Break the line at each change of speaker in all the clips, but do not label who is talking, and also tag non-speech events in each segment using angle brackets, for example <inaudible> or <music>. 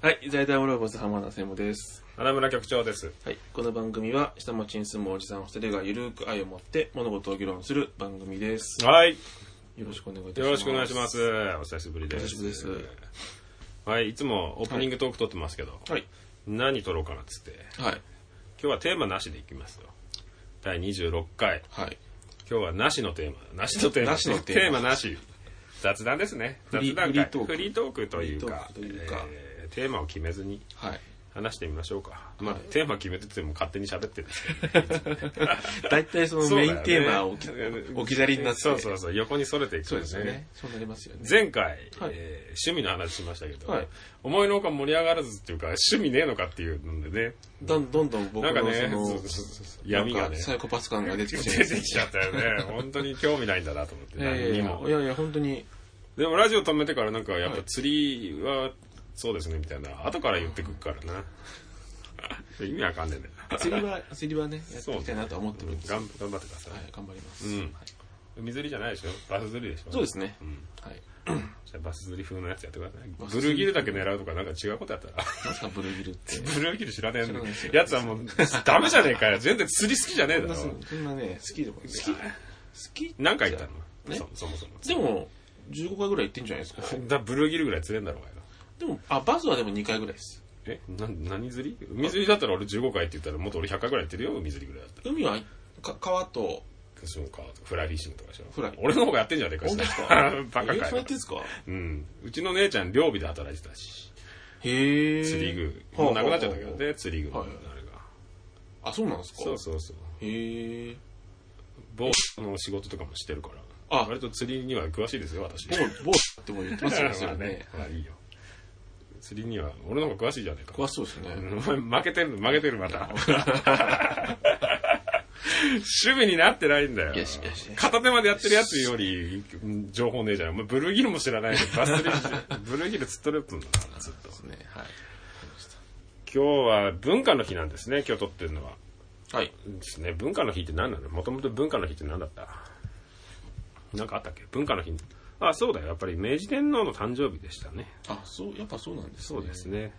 はい、財団オラブズ浜田専務です。
花村局長です。
はい、この番組は下町に住むおじさん二人がゆるく愛を持って物事を議論する番組です。
はい。
よろしくお願いいたします。
よろしくお願いします。。お久しぶりです。
お久しぶりです
はい。いつもオープニングトーク撮ってますけど、
はい。
何撮ろうかなっつって。
はい。
今日はテーマなしでいきますよ。第26回。
はい。
今日はなしのテーマ。なしのテーマ。
なしのテーマ
なし。雑談ですね。
フ
雑
リー
談会。
フリートーク
フリートークというか、
フリートークというか
えーテーマを決めずに
はい。
話してみましょうか。まあ、
はい
テーマ決めてても勝手に喋ってるんですけど。
だいたいその
<laughs> そうだ
<laughs> メイ
よ
ン
ね
テーマを
<laughs>
置き,、置き去りになって。
そうそうそう、横にそれていく
そ
ん
うですよね。そうなりますよね。
前回、
はい
えー趣味の話しましたけど、
はい
思いのほか盛り上がらずっていうか、趣味ねえのかっていう
<laughs>
のでね、
どんどんどん僕
なんか
の
ね
そ、の、
そうそうそうそう闇が
なん
ね
か、サイコパス感が出てきて
出てきちゃったよね。本当に興味ないんだなと思って、何
えー、
にも
い。やいや、本当に、
でもラジオ止めてからなんか、やっ
は
ぱ
い
釣りは、そうですね、みたいな、後から言ってくるからな。 <laughs> 意味わかんねえんだよ。
釣り
<laughs>
は、釣りはね、やっていきたいなとは思ってるんですよ
頑頑張ってください
は。い、頑張ります。
うん海釣りじゃないでしょバス釣りでしょ
そうですね
ん
はい。
じゃあバス釣り風のやつやってください。
バス釣
ブ
り
ルーギルだけ狙うとかなんか違うことやったら。
なんすかブルーギルって。
ブルーギル知らねえ
知らないですよ
のやつはもう、ダメじゃねえかよ。全然釣り好きじゃねえだろ。
そんなそんなね、好きとか好き好き
何回行った
ね
のそそもそも。
でも、15回ぐらい行ってんじゃないですか。
だブルーギルぐらい釣れんだろうがよ。
でも、あ、バスはでも2回ぐらいです。
えな何釣り海釣りだったら俺15回って言ったらもっと俺100回ぐらい行ってるよ、海釣りぐらいだったら。
海は、か川と、
そうか、フライフィッシングとかでしょ。
フライ
俺の方がやってんじゃねえか
本当ですか
<laughs> バカ
えそうや
かよ
って。んですか
うん。うちの姉ちゃん、料理で働いてたし、
へえ。
釣り具。
はあ
もうなくなっちゃったけど
はあは
ね、釣り具のあれが。
あ、そうなんですか
そうそうそう。
へえ。
某の仕事とかもしてるから。
あ
割と釣りには詳しいですよ、私。
某、某っても言ってますよねそれね。
<laughs> まあいいよ。釣りには、俺の方が詳しいじゃねえか。
詳しそうです
う
ね。
んお <laughs> 前負けてる、負けてる、また。趣味になってないんだよ
よしよし。
片手までやってるやつより、うん情報ねえじゃん。お前ブルーギルも知らないで、バス釣りしブルーギル釣っとるやつなんだから、ずっと。
ね、はい。わかりまし
今日は文化の日なんですね、今日撮ってるのは。
たはい。
ですね、文化の日って何なのもともと文化の日って何だったなんかあったっけ文化の日。あ、そうだよ。やっぱり明治天皇の誕生日でしたね。
あ、そう、やっぱそうなんですね。
そうですね。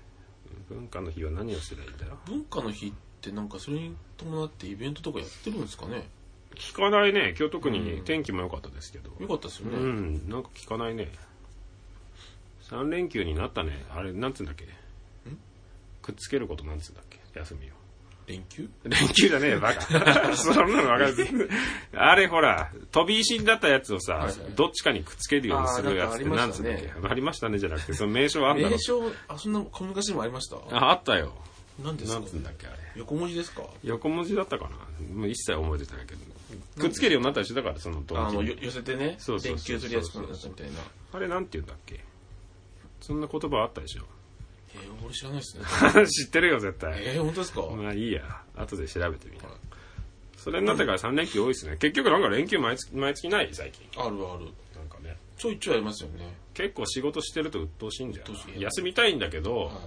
文化の日は何をすればいいんだろう
文化の日ってなんかそれに伴ってイベントとかやってるんですかね
聞かないね。今日特に天気も良かったですけど。
よかったですよ
う
ね。
ん、なんか聞かないね。3連休になったね。あれ、なんつうんだっけくっつけることなんつうんだっけ休みを。
連休
連休じゃねえよ、バカ。 <laughs> そんなのわかる。あれほら、飛び石だったやつをさ、
はい
どっちかにくっつけるようにするやつって
あーな
なんん
か
つ
ありました
う
ね
んだっけありましたねじゃなくて、その名称はあんだろ
名称、あ、そんな小昔にもありました
あ、あったよ。
何です
な
か
んつうんだっけあれ。
横文字ですか
横文字だったかなもう一切覚えてないけど。くっつけるようになったりしてたから、その
あ
飛
の、
び
よ
石。
寄せてね、
そうそうそう
電球取りやすくなったみたいな。
あれなんて言うんだっけそんな言葉あった
<laughs>
でしょ
えー、俺知らないですね。
知ってるよ、絶対。
えー、本当ですか
まあいいや。後で調べてみる
はい。
それになってから3連休多いですね。結局なんか連休毎月毎月ない最近。
あるある。
なんかね。
ちょいちょいありますよね。
結構仕事してると鬱陶しいんじゃん
鬱陶しい
休みたいんだけど、
は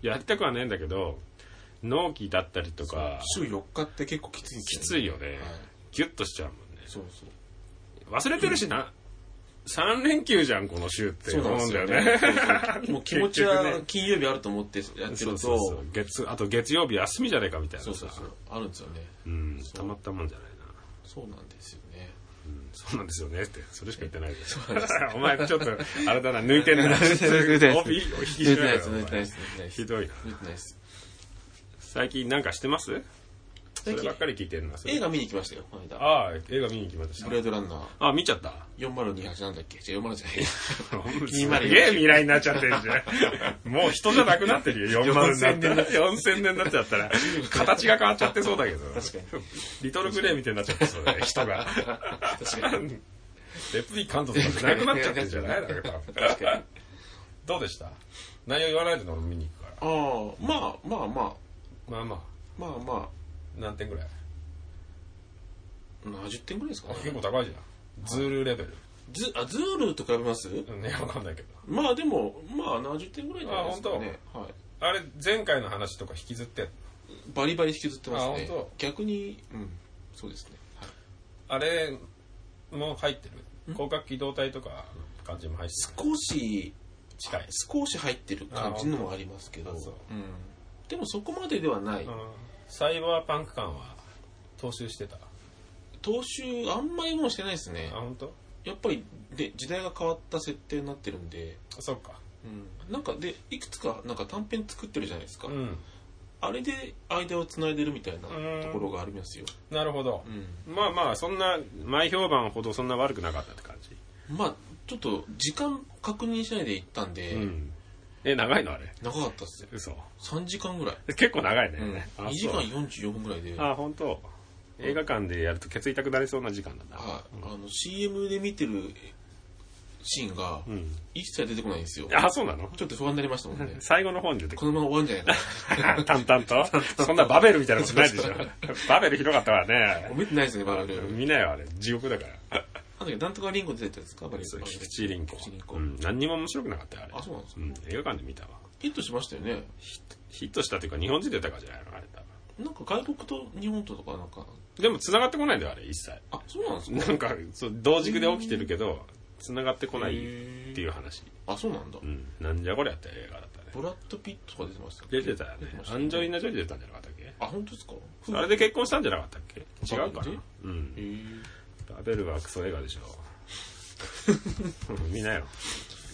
い。
やりたくはねえんだけど納期だったりとか
週4日って結構きついんです
き
よね。
ついよね、
はい。
ギュッとしちゃうもんね
そうそう。
忘れてるしな、3連休じゃんこの週って
そうなんで
思うん
す
だよ
よ
ね
ね。
<laughs>
そうそうもう気持ち
結局
は
ね
金曜日あると思ってやって
そう
ると、
そうそう月あと月曜日休みじゃねえかみたいな
そ
さ
うそうそう。あるんですよね。
うんたまったもんじゃないな
そうなんですよね。
そうなんですよねってそれしか言ってないで <laughs> お前ちょっとあれだな抜いてん
<laughs>
な
抜いてない抜いてない
帯引き
抜い
締
て
め
ないで
ろよ
す、
お
抜い
前
てないです、抜いてないです。
ひど
抜
いな
いてないです。
最近なんかしてますそ
最
れば
近
っかり聞いてるなそれ
映画見に行きましたよ、この間。
ああ、映画見に行きました
ブレ。ードランナー
あ、見ちゃった。
4028なんだっけじゃあ40じゃない。
<laughs> すげえ未来になっちゃってるじゃん。もう人じゃなくなってるよ、4000年だ。4000年になっちゃったら、形が変わっちゃってそうだけど。
確かに。
リトルグレーみたいになっちゃってそうだね、人が。
確かに。
レプリカントとかじゃなくなっちゃってるじゃないだけど。
確かに。
どうでした内容言わないで俺見に行くから。
ああ、まあまあま
まあま
あ、まあま
あ、何点ぐらい
あ、70点ぐらいですかね。
結構高いじゃん。ズールレベル。
ズあズールと比べます
うんね、わかんないけど。
まあでも、まあ70点ぐらいじゃないですかね。はい。
あれ、前回の話とか引きずってんの
バリバリ引きずってます
あ本
ね
当。
逆に、うん、そうですね。はい
あれも入ってる広角機動隊とか感じも入って
少し
近い。
少し入ってる感じのもありますけど、
あ
う、
そうん
でもそこまでではない、
サイバーパンク感は、踏襲してた。
踏襲あんまりもうしてないですね
あ、本当？
やっぱりで時代が変わった設定になってるんで、
そっか。
うん、なんかでいくつかなんか短編作ってるじゃないですか、
うん。
あれで間をつないでるみたいな
うん
ところがありますよ、
なるほど
う。ん、
まあまあ、そんな、前評判ほどそんな悪くなかったって感じ。
まあちょっと時間確認しないで行ったんで、
うん。え、長いのあれ
長かったっすよ
嘘。
3時間ぐらい、
結構長いね。
うん、
あ
2時間
そう
44分ぐらいで
あ、本当。映画館でやるとケツ痛くなりそうな時間なんだ。
はい、あの CM で見てるシーンが
うん。
一切出てこないんですよ、
あ、そうなの
ちょっと不安になりましたもんね
最後の方に出てく
こ
る。
のまま終わるんじゃないか
<laughs> 淡々とそんなバベルみたいなことないでしょ
そうそう。
<laughs> バベルひどかった
な
わね。
見てないですねバラル
見ないわ、あれ。地獄だから。
あのなんとかリンゴ出てたんですかバラル
そう菊池凛子
菊池凛子
うん何にも面白くなかったよあ
あ
れ
そうなんです
う
か
ん映画館で見たわ
ヒットしましたよね
ヒットしたというか日本人出たからじゃないのあれ多分
なんか外国と日本ととかなんか
でも繋がってこないんだよあれ一切
あそうなんですか
なんかそう同軸で起きてるけど繋がってこないっ
へー
ていう話
あそうなんだ
うんなんじゃこりゃって映画だったね
ブラッド・ピットとか出てましたっけ
出てたよね
出ました
アンジョリーナ・ジョリー出たんじゃなかったっ
あ本当ですか
けあれで結婚したんじゃなかったっけ違うか
バベルで
なうん
へー
バベルはクソ映画でしょ <laughs> うん見なよ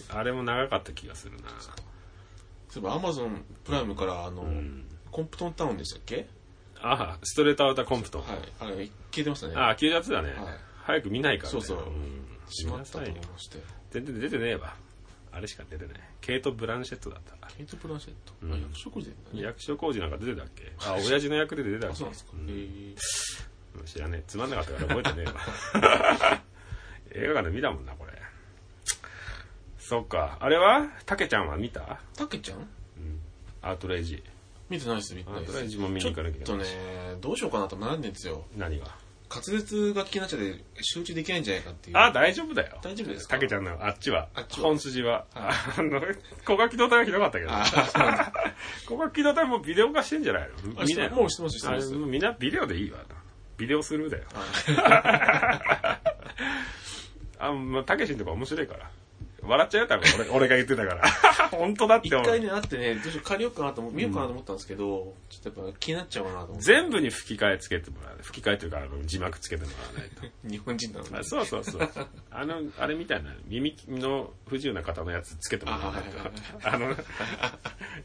あれも長かった気がするな
そういえばアマゾンプライムからあの、
ん
コンプトンタウンでしたっけ
ああストレートアウターコンプトン
はいあれ消えてましたね
ああ、休日だね、早く見ないから、ね。
そうそうんしまったと
見
思い
なさいよ
まして
全然出てねえわ。あれしか出てない。ケイト・ブランシェットだった。
ケイト・プランシェット、
うん
あ役所工事だよね
役所工事なんか出てたっけあ、親父の役で出てたっ
あ
け
<laughs> そうなんですか、へー
うん知らねえ。つまんなかったから覚えてね
<laughs>
えわ。映画館で見たもんな、これ。そっか。あれはたけちゃんは見た
たけちゃん
アートレイジ。
見てないです見て
ア
ない
ー
で
トレイ
す
ジも見に
ちょ
行かなきゃい
っ
け
と
な
ね
いし。
どうしようかなと悩んでんですよ
何が
滑舌が気になっちゃって集中できないんじゃないかっていう
あ、大丈夫だよ。
大丈夫ですか
たけちゃんのあっちは
あっ、ちは
本筋は、あの、小垣動隊はひどかったけど、小垣動隊もビデオ化してんじゃない
あ
のみんな
してもうしてますしてます
あもうみんなビデオでいいわ。ビデオスルーだよ。あ、まあ、たけしんとか面白いから。笑っちゃうよ、多分俺 <laughs> 俺が言って
<laughs>
たから。本当だっ
一
て思う
回ねあってねどうしよう借りようかなと思見ようかなと思ったんですけど、ちょっとやっぱ気になっちゃうかなと思って
全部に吹き替えつけてもらう。吹き替えというか、あの字幕つけてもらわないと。
日本人なので
あそうそうそう。あの、あれみたいな、耳の不自由な方のやつつけてもらわないと。あの、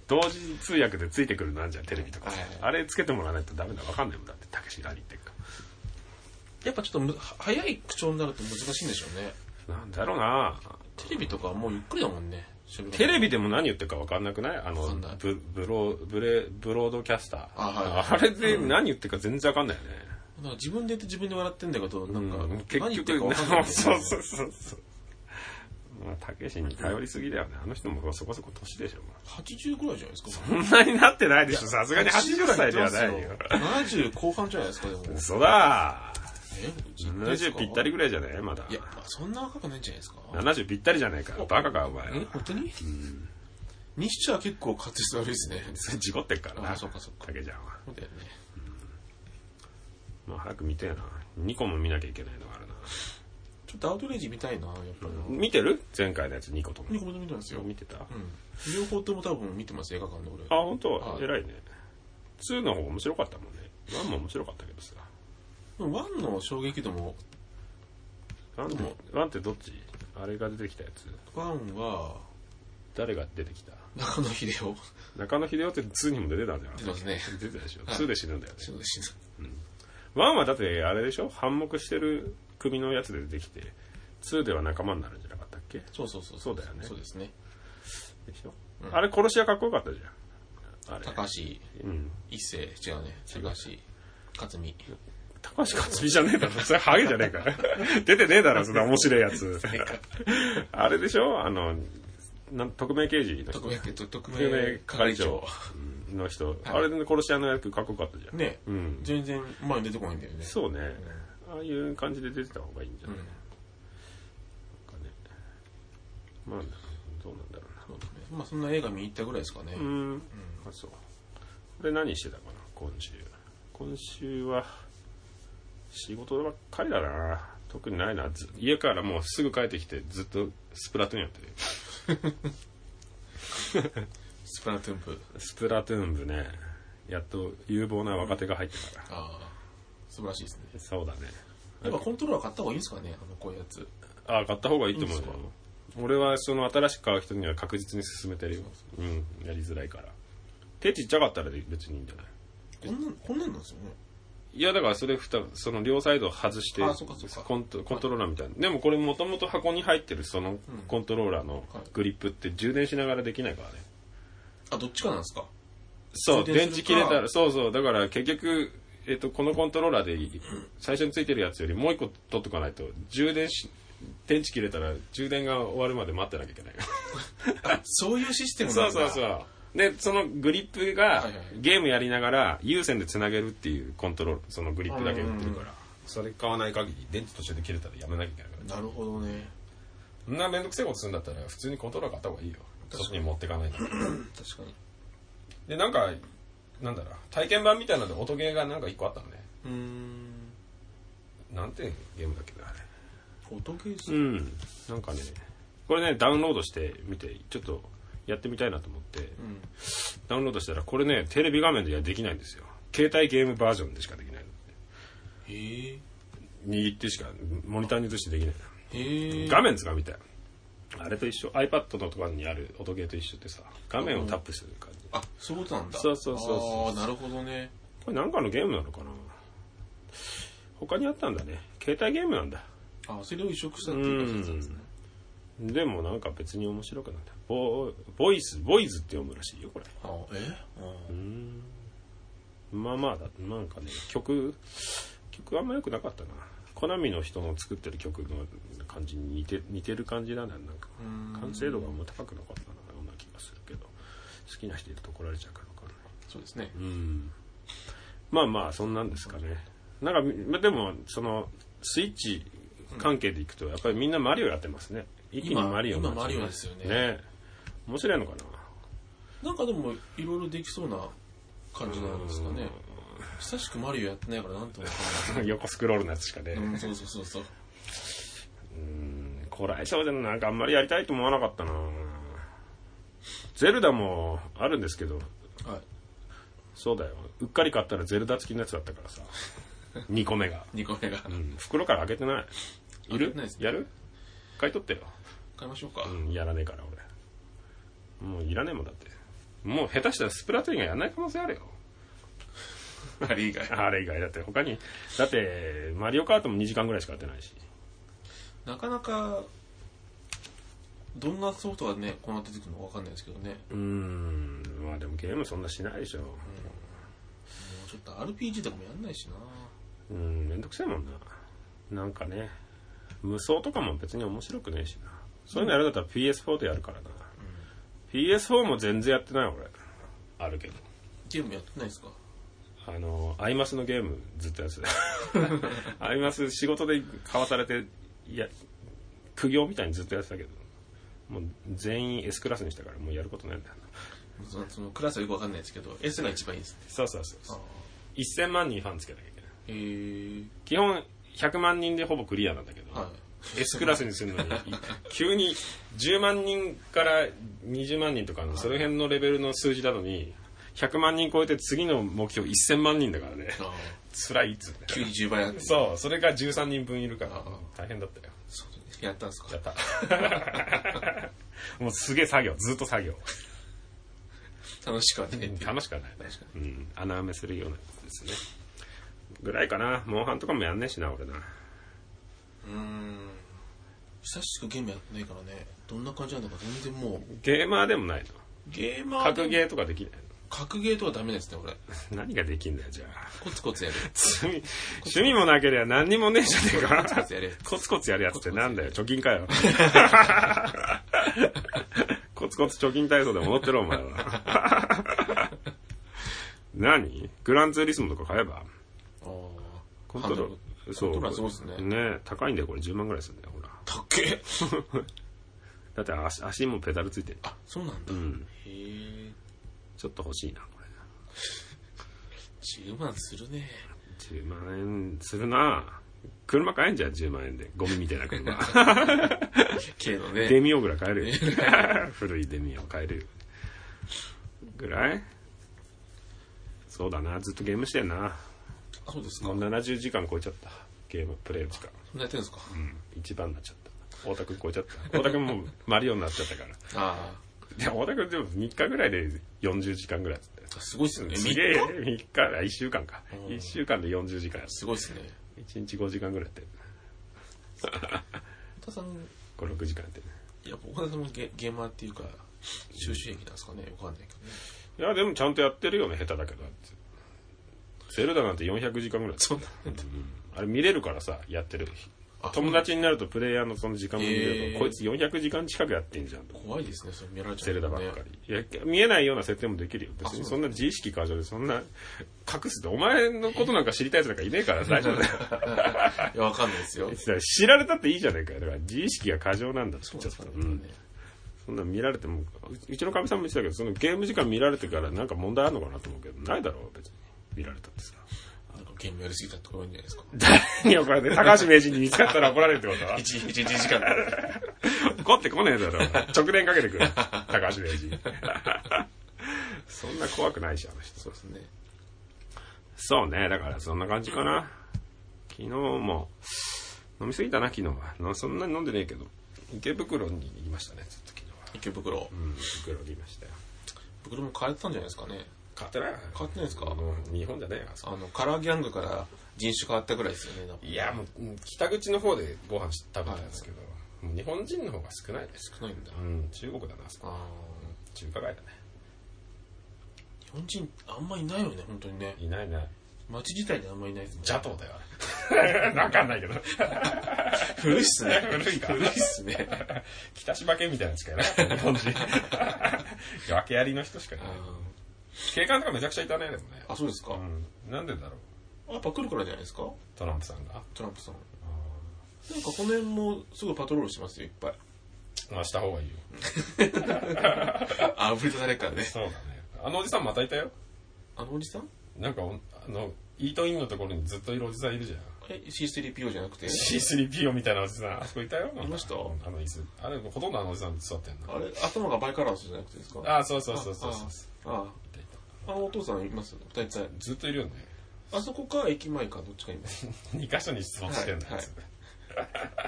同時通訳でついてくるのあんじゃん、テレビとかさ
はいはい。
あれつけてもらわないとダメだ。わかんないもんだって、たけし何言ってるか。
やっぱちょっとむは早い口調になると難しいんでしょうね
なんだろうな
テレビとかはもうゆっくりだもんね
テレ
ビ
ビでも何言ってるかわかんなくないあの
かんない
ブ、ブロー、ブレ、ブロードキャスター。
あはい
あれで何言ってるか全然わかんないよね。
なんか自分で言って自分で笑ってんだけどなんか、
うん
何言ってるか分かんない
<laughs> そうそうそうそう。まあ、たけしに頼りすぎだよね。あの人もそこそこ年でしょ、もう
80ぐらいじゃないですか
そんなになってないでしょ。さすがに80歳ではないよ。
70後半じゃないですかでも
嘘だ
え
70ぴったりぐらいじゃないまだ
い。や、まあ、そんな若くないんじゃないですか
70ぴったりじゃないか。バカか、お前
え。本当に、にしちゃ結構活舌悪いですね
それ事故ってっからな。
あそうかそうか
けちゃんは。
そうだよね
もう早く見てえな。2個も見なきゃいけないのがあるな。
ちょっとアウトレイジ見たいなやっぱりな、
見てる前回のやつ2個とも
ニ。コニコ見たんですよ、う
見てたあ、
ん、両方とも多分見てます映画館で俺
本当
はい
偉いね。2の方が面白かったもんね。1も面白かったけどさ。
でもワンの衝撃度も
1って、1ってどっちあれが出てきたやつ。
ワンは
誰が出てきた
中野秀夫
中野秀夫って2にも出てたんじゃな
出てますね
出てたでしょ。
はい
2で死ぬんだよね。
そうです
ワンはだってあれでしょ反目してる組のやつで出てきて、2では仲間になるんじゃなかったっけで
そうそうそう
そうだよね
そうですね
しょ、あれ殺し屋かっこよかったじゃん。あれ。
高橋
うん。
一世違うね高橋克実
高橋克実じゃねえだろ。それハゲじゃねえか。 <laughs> 出てねえだろ、そんな面白いやつ。 <laughs> あれでしょあの、なん特命刑事の
特
人。
命特
特
命
命
係
係
長
長うんの人。あれで殺し屋の役かっこよかったじゃん。
ね、
うん。
全然前に出てこないんだよね
そうね。ああいう感じで出てた方がいいんじゃない、
うん
なんかね。まあ、どうなんだろうな。
そうですねまあそんな映画見に行ったぐらいですかね、
うん。あ、そう。これ何してたかな、今週。今週は、仕事ばっかりだな。特にないな。ず家からもうすぐ帰ってきて、ずっとスプラトゥーンやってる。
スプラトゥーン部
スプラトゥーン部ねやっと有望な若手が入ってたか
ああ素晴らしいですね
らそうだね
やっぱコントローラー買った方がいいんですかねあのこういうやつ
あ買った方がいいと思うよ
いいんです
俺はその新しく買う人には確実に勧めてるようんやりづらいから手ちっちゃかったら別にいいんじゃない
こんなんこんなんなんですよね
いやだからそれふたその両サイドを外して
あそうかそうか
コントコントローラーみたいなでもこれもともと箱に入ってるそのコントローラーの
はい
グリップって充電しながらできないからね
あどっちかなんですか
そう
充電
電
す
池
るか
切れたらそうそうだから結局えっとこのコントローラーでいい最初についてるやつよりもう一個取っとかないと充電し電池切れたら充電が終わるまで待ってなきゃいけない
そういうシステム
そ
な
うん
だ
そうそう。で、そのグリップが
はいはい
ゲームやりながら有線でつなげるっていうコントロール、そのグリップだけ売ってるか
うんうんうん
ら。それ買わない限り電池途中で切れたらやめなきゃいけないから。
なるほどね
そんなめんどくせえことするんだったら普通にコントローラー買った方がいいよ。
確かに
外に持ってかないんだから
確かに
で、なんか、なんだろう、体験版みたいなので音ゲーがなんか一個あったのね。
うーん
なんてゲームだっけな、あれ。
音ゲーです
うん。なんかね、これね、ダウンロードしてみて、ちょっとやってみたいなと思って、
うん
ダウンロードしたらこれね、テレビ画面ではできないんですよ。携帯ゲームバージョンでしかできないの。
へえ
握ってしかモニターに映してできない
へえ
画面使うみたいあれと一緒 iPad のところにある音ゲーと一緒ってさ画面をタップする感じ
あそういうことなんだ
そうそうそうそう
ああなるほどね
これなんかのゲームなのかな他にあったんだね携帯ゲームなんだ
あそれを移植したっていう形なんですね
でもなんか別に面白くないんだボボイスボイズって読むらしいよこれ
あえう
うんんまあまあだなんかね曲曲あんま良くなかったなコナミの人の作ってる曲の感じに似て似てる感じだななんか
うん
完成度があんま高くなかったなような気がするけど好きな人いると怒られちゃうから分かんない
そうですね
うんまあまあそんなんですかねなんかみまでもそのスイッチ関係でいくとやっぱりみんなマリオやってますね一気に
今
マリオになっちゃ
今
う
マリオですよね
ね面白いのかな
なんかでもいろいろできそうな感じなんですかね久しくマリオやってないからなんともわか
横スクロールのやつしかね
んないうんそうそうそうそう
うん古来少女のなんかあんまりやりたいと思わなかったなゼルダもあるんですけど
は
そうだようっかり買ったらゼルダ付きのやつだったからさ2個目が
い2個目が
うん袋から開けてないい
開け
る
てないですね
やる買い取ってよ
買いましょうか
うんやらねえから俺もういらねえもんだってもう下手したらスプラトゥーンがやらない可能性あるよ
あれ以外
あれ以外だって他にだってマリオカートも2時間ぐらいしかやってないし
なかなかどんなソフトがねこうなって出てくるのかわかんないですけどねも
うーんまあでもゲームそんなしないでしょ
うちょっと RPG とかもやんないしな
うんめんどくせえもんななんかね無双とかも別に面白くねえしなそういうのやるんだったら PS4 でやるからな、PS4 も全然やってない俺あるけど
ゲームやってないですか
あのアイマスのゲームずっとやってた <laughs> アイマス仕事で買わされていや苦行みたいにずっとやってたけどもう全員 S クラスにしたからもうやることないんだよな
そのそのクラスはよくわかんないですけど S が一番いいですね
そうそうそうそう
あ
1000万人ファンつけなきゃいけない
へえ
基本100万人でほぼクリアなんだけど、
は
S クラスにするのに <laughs> 急に10万人から20万人とかのその辺のレベルの数字なのに100万人超えて次の目標1000万人だからね
いあ
辛いっつって
急に10倍なんて
そうそれが13人分いるから
あ
大変だったよ
そうやったんですか
やった <laughs> もうすげえ作業ずっと作業
楽しくはね
楽しくはない
確か
うん、穴埋めするようなやつですねぐらいかなモンハンとかもやんねえしな俺な
うーん久しくゲームやってないからねどんな感じなのか全然もう
ゲーマーでもないの
ゲーマーで
格ゲーとかできない
格ゲーとはダメですね俺
の何ができんだよじゃあ
コツコ
<laughs>
ツやる
趣味趣味もなければ何にもねえじゃねえ
コツコ
か
ツやれ
コツコツやるやつってなんだよ貯金か <laughs> よコツコツ貯金体操で戻ってろお前は <laughs> 何グランツーリスモとか買えば
あ
コン
ハ
トロ
ンド
ー
ル
そう
コントローラーすごいっすね
ね高いんだよこれ10万ぐらいするんだよほら
たっけ
だって足足もペダルついてる
あそうなんだ、
うん
へえ
ちょっと欲しいなこれ
10万するね
10万円するな車買えんじゃん、10万円で。ゴミみたいな車。
系の
デ
ね。
ミオぐらい買え <laughs> るよ。古いデミオ買えるよ。ぐらいそうだな、ずっとゲームしてんな。
あそうですか。
もう70時間超えちゃった。ゲーム、プレイ時間。
そんなやってるんですか。
うん、一番になっちゃった。太田くん超えちゃった。太田くんもうマリオになっちゃったから。
あ
でも太田くんでも3日ぐらいで40時間ぐらいっつって。
あ、すごいっすね。
すげえ、3日、あ、1週間か。
うん
1週間で40時間やっ
すごいっすね。
1日5時間ぐらいやってる。
太田さん、
5、6時間やってる。
いや、岡田さんもゲゲーマーっていうか、収集益なんですかね。わかんないけどね。
いや、でもちゃんとやってるよね、下手だけど。セルダなんて400時間ぐらい。
そんななんだ
あれ見れるからさ、やってる。
あ
友達になるとプレイヤーのその時間も見れるから
へー
こいつ400時間近くやってんじゃんと。
怖いですね、それ見られちゃ
セ
う、ね。
ルダばっかり。いや、見えないような設定もできるよ。別に
あ
そ
そうん
な自意識過剰で、そんな隠すって、お前のことなんか知りたいやつなんかいねえ <laughs> から大丈夫だよ。
いや、わかんないです
<laughs>
よ。
知られたっていいじゃないかよ。だから自意識が過剰なんだって
そう
ち
で
ょっ
す
と
か。ね。
うんそんな見られても、ううちのかみさんも言ってたけど、そのゲーム時間見られてからなんか問題あるのかなと思うけど、ないだろう、別に。見られたってさ。
なんかゲームやりすぎたってことか言うんじゃないですか。
<laughs> いや、これね、高橋名人に見つかったら怒られるってこと
<laughs>
は
一日一時間で。
怒ってこねえだろ。直電かけてくる。高橋名人。 <laughs> そんな怖くないし、あの人。
そうですね。
そうね、だからそんな感じかな。昨日も、飲みすぎたな、昨日は。のそんなに飲んでねえけど、池袋にいましたね、ずっと昨日は。
池袋。
うん、池袋にいましたよ。
袋も変えてたんじゃないですかね。
買ってないわ
変わってないですか
うん、日本じゃねえよ、あそこ
あの、カラーギャングから人種変わったぐらいですよね。
いや、もう、もう北口の方でご飯食べたんですけど、もう日本人の方が少ないです。
少ないんだ。
うん、中国だな、あそこ
あ
中華街だね。
ー日本人あんまいないよね、本当にね。
いないね。
街自体にあんまいないですね。
邪道だよ、
<laughs>
あれわかんないけど。
古いっすね。
古いか
<laughs> 古いっすね。
北芝県みたいなやつしかいない。日本人。訳ありの人しかいない。警官とかめちゃくちゃいたね、でもね。
あ、そうですか。
うん。なんでだろう、
やっぱ来るからじゃないですか
トランプさんが。
トランプさん。なんかこの辺もすぐパトロールしますよ、いっぱい。
まあ、した方がいいよ。
あぶり出されっからね。
そうだね。あのおじさんまたいたよ。
あのおじさん
なんかお、あの、イートインのところにずっといるおじさんいるじゃん。
え、C3PO じゃなくて
C3PO みたいなおじさん、あそこいたよ。
いました
うんあの椅子。あれ、ほとんどあのおじさん座ってんの。
あれ頭がバイカラーズじゃなくてですか
あ、そうそうそうそうそう。
あ
いたいた
あ、あのお父さんいます二人い
ずっといるよね。
あそこか駅前かどっちかいます。
2箇所に質問してんだ、
はい
あいつ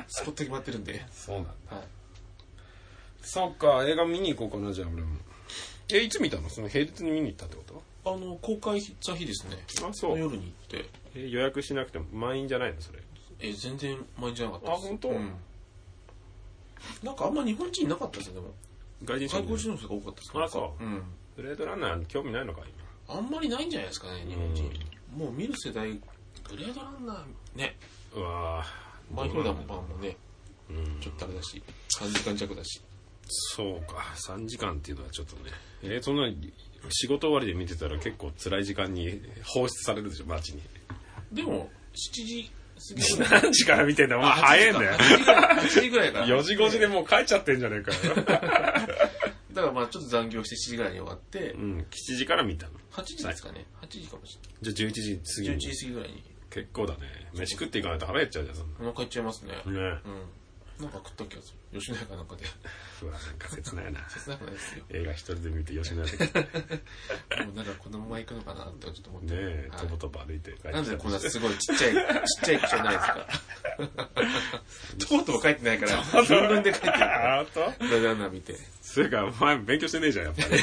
スポット決まってるんで。
そうなんだ。
はい。
そうか、映画見に行こうかな、じゃあ俺も。え、いつ見たのその平日に見に行ったってこ
あの、公開した日ですね。
とあ、そ。
夜に行って。
え予約しなくても満員じゃないのそれ。
え、全然前じゃなかったです
あ本当
うん。なんかあんま日本人いなかったですね、でも。
外人さ
外
ん
国人の人が多かったですね
あらそ
うん。
ブレードランナーに興味ないのか、
あんまりないんじゃないですかね、日本人。もう見る世代、グレードランナー、ね。
今。うわ
マイクロダムパンもね、
うん。
ちょっとあれだし、3時間弱だし。
そうか、3時間っていうのはちょっとね。えーそんな、仕事終わりで見てたら結構辛い時間に放出されるでしょ、街に。
でも、7時過ぎぐらい
<laughs> 何時から見てんだよ、お前早いんだよ。
8時ぐらい
<laughs>
から。
4時5時でもう帰っちゃってんじゃねえかよ。
だからまあちょっと残業して7時ぐらいに終わって
う、ん、7時から見たの。
8時ですかね。8時かもし
じゃあ11時過ぎ
れない。
に
11。時過ぎぐらいに。
結構だね。飯食っていかないと腹減っちゃうじゃん、そんな。
お腹いっちゃいますね。
ね
うん。なんか食った気がする。吉野家かなんかで。 <laughs>
うわ、なんか切ないな。
切なくないですよ。
映画一人で見て吉野家で。ね
もうなんかこのまま行くのかなってちょっと思って。
<laughs> え、
はい
とぼとぼ歩いて帰ってきた
なんでこんなすごいちっちゃい、ちっちゃい口じゃないです <laughs> か。とうとう書いてないから、論文で書いてるから。
あと
だだな見て。
それか、お前勉強してねえじゃん、やっぱ
<laughs>
り。
そ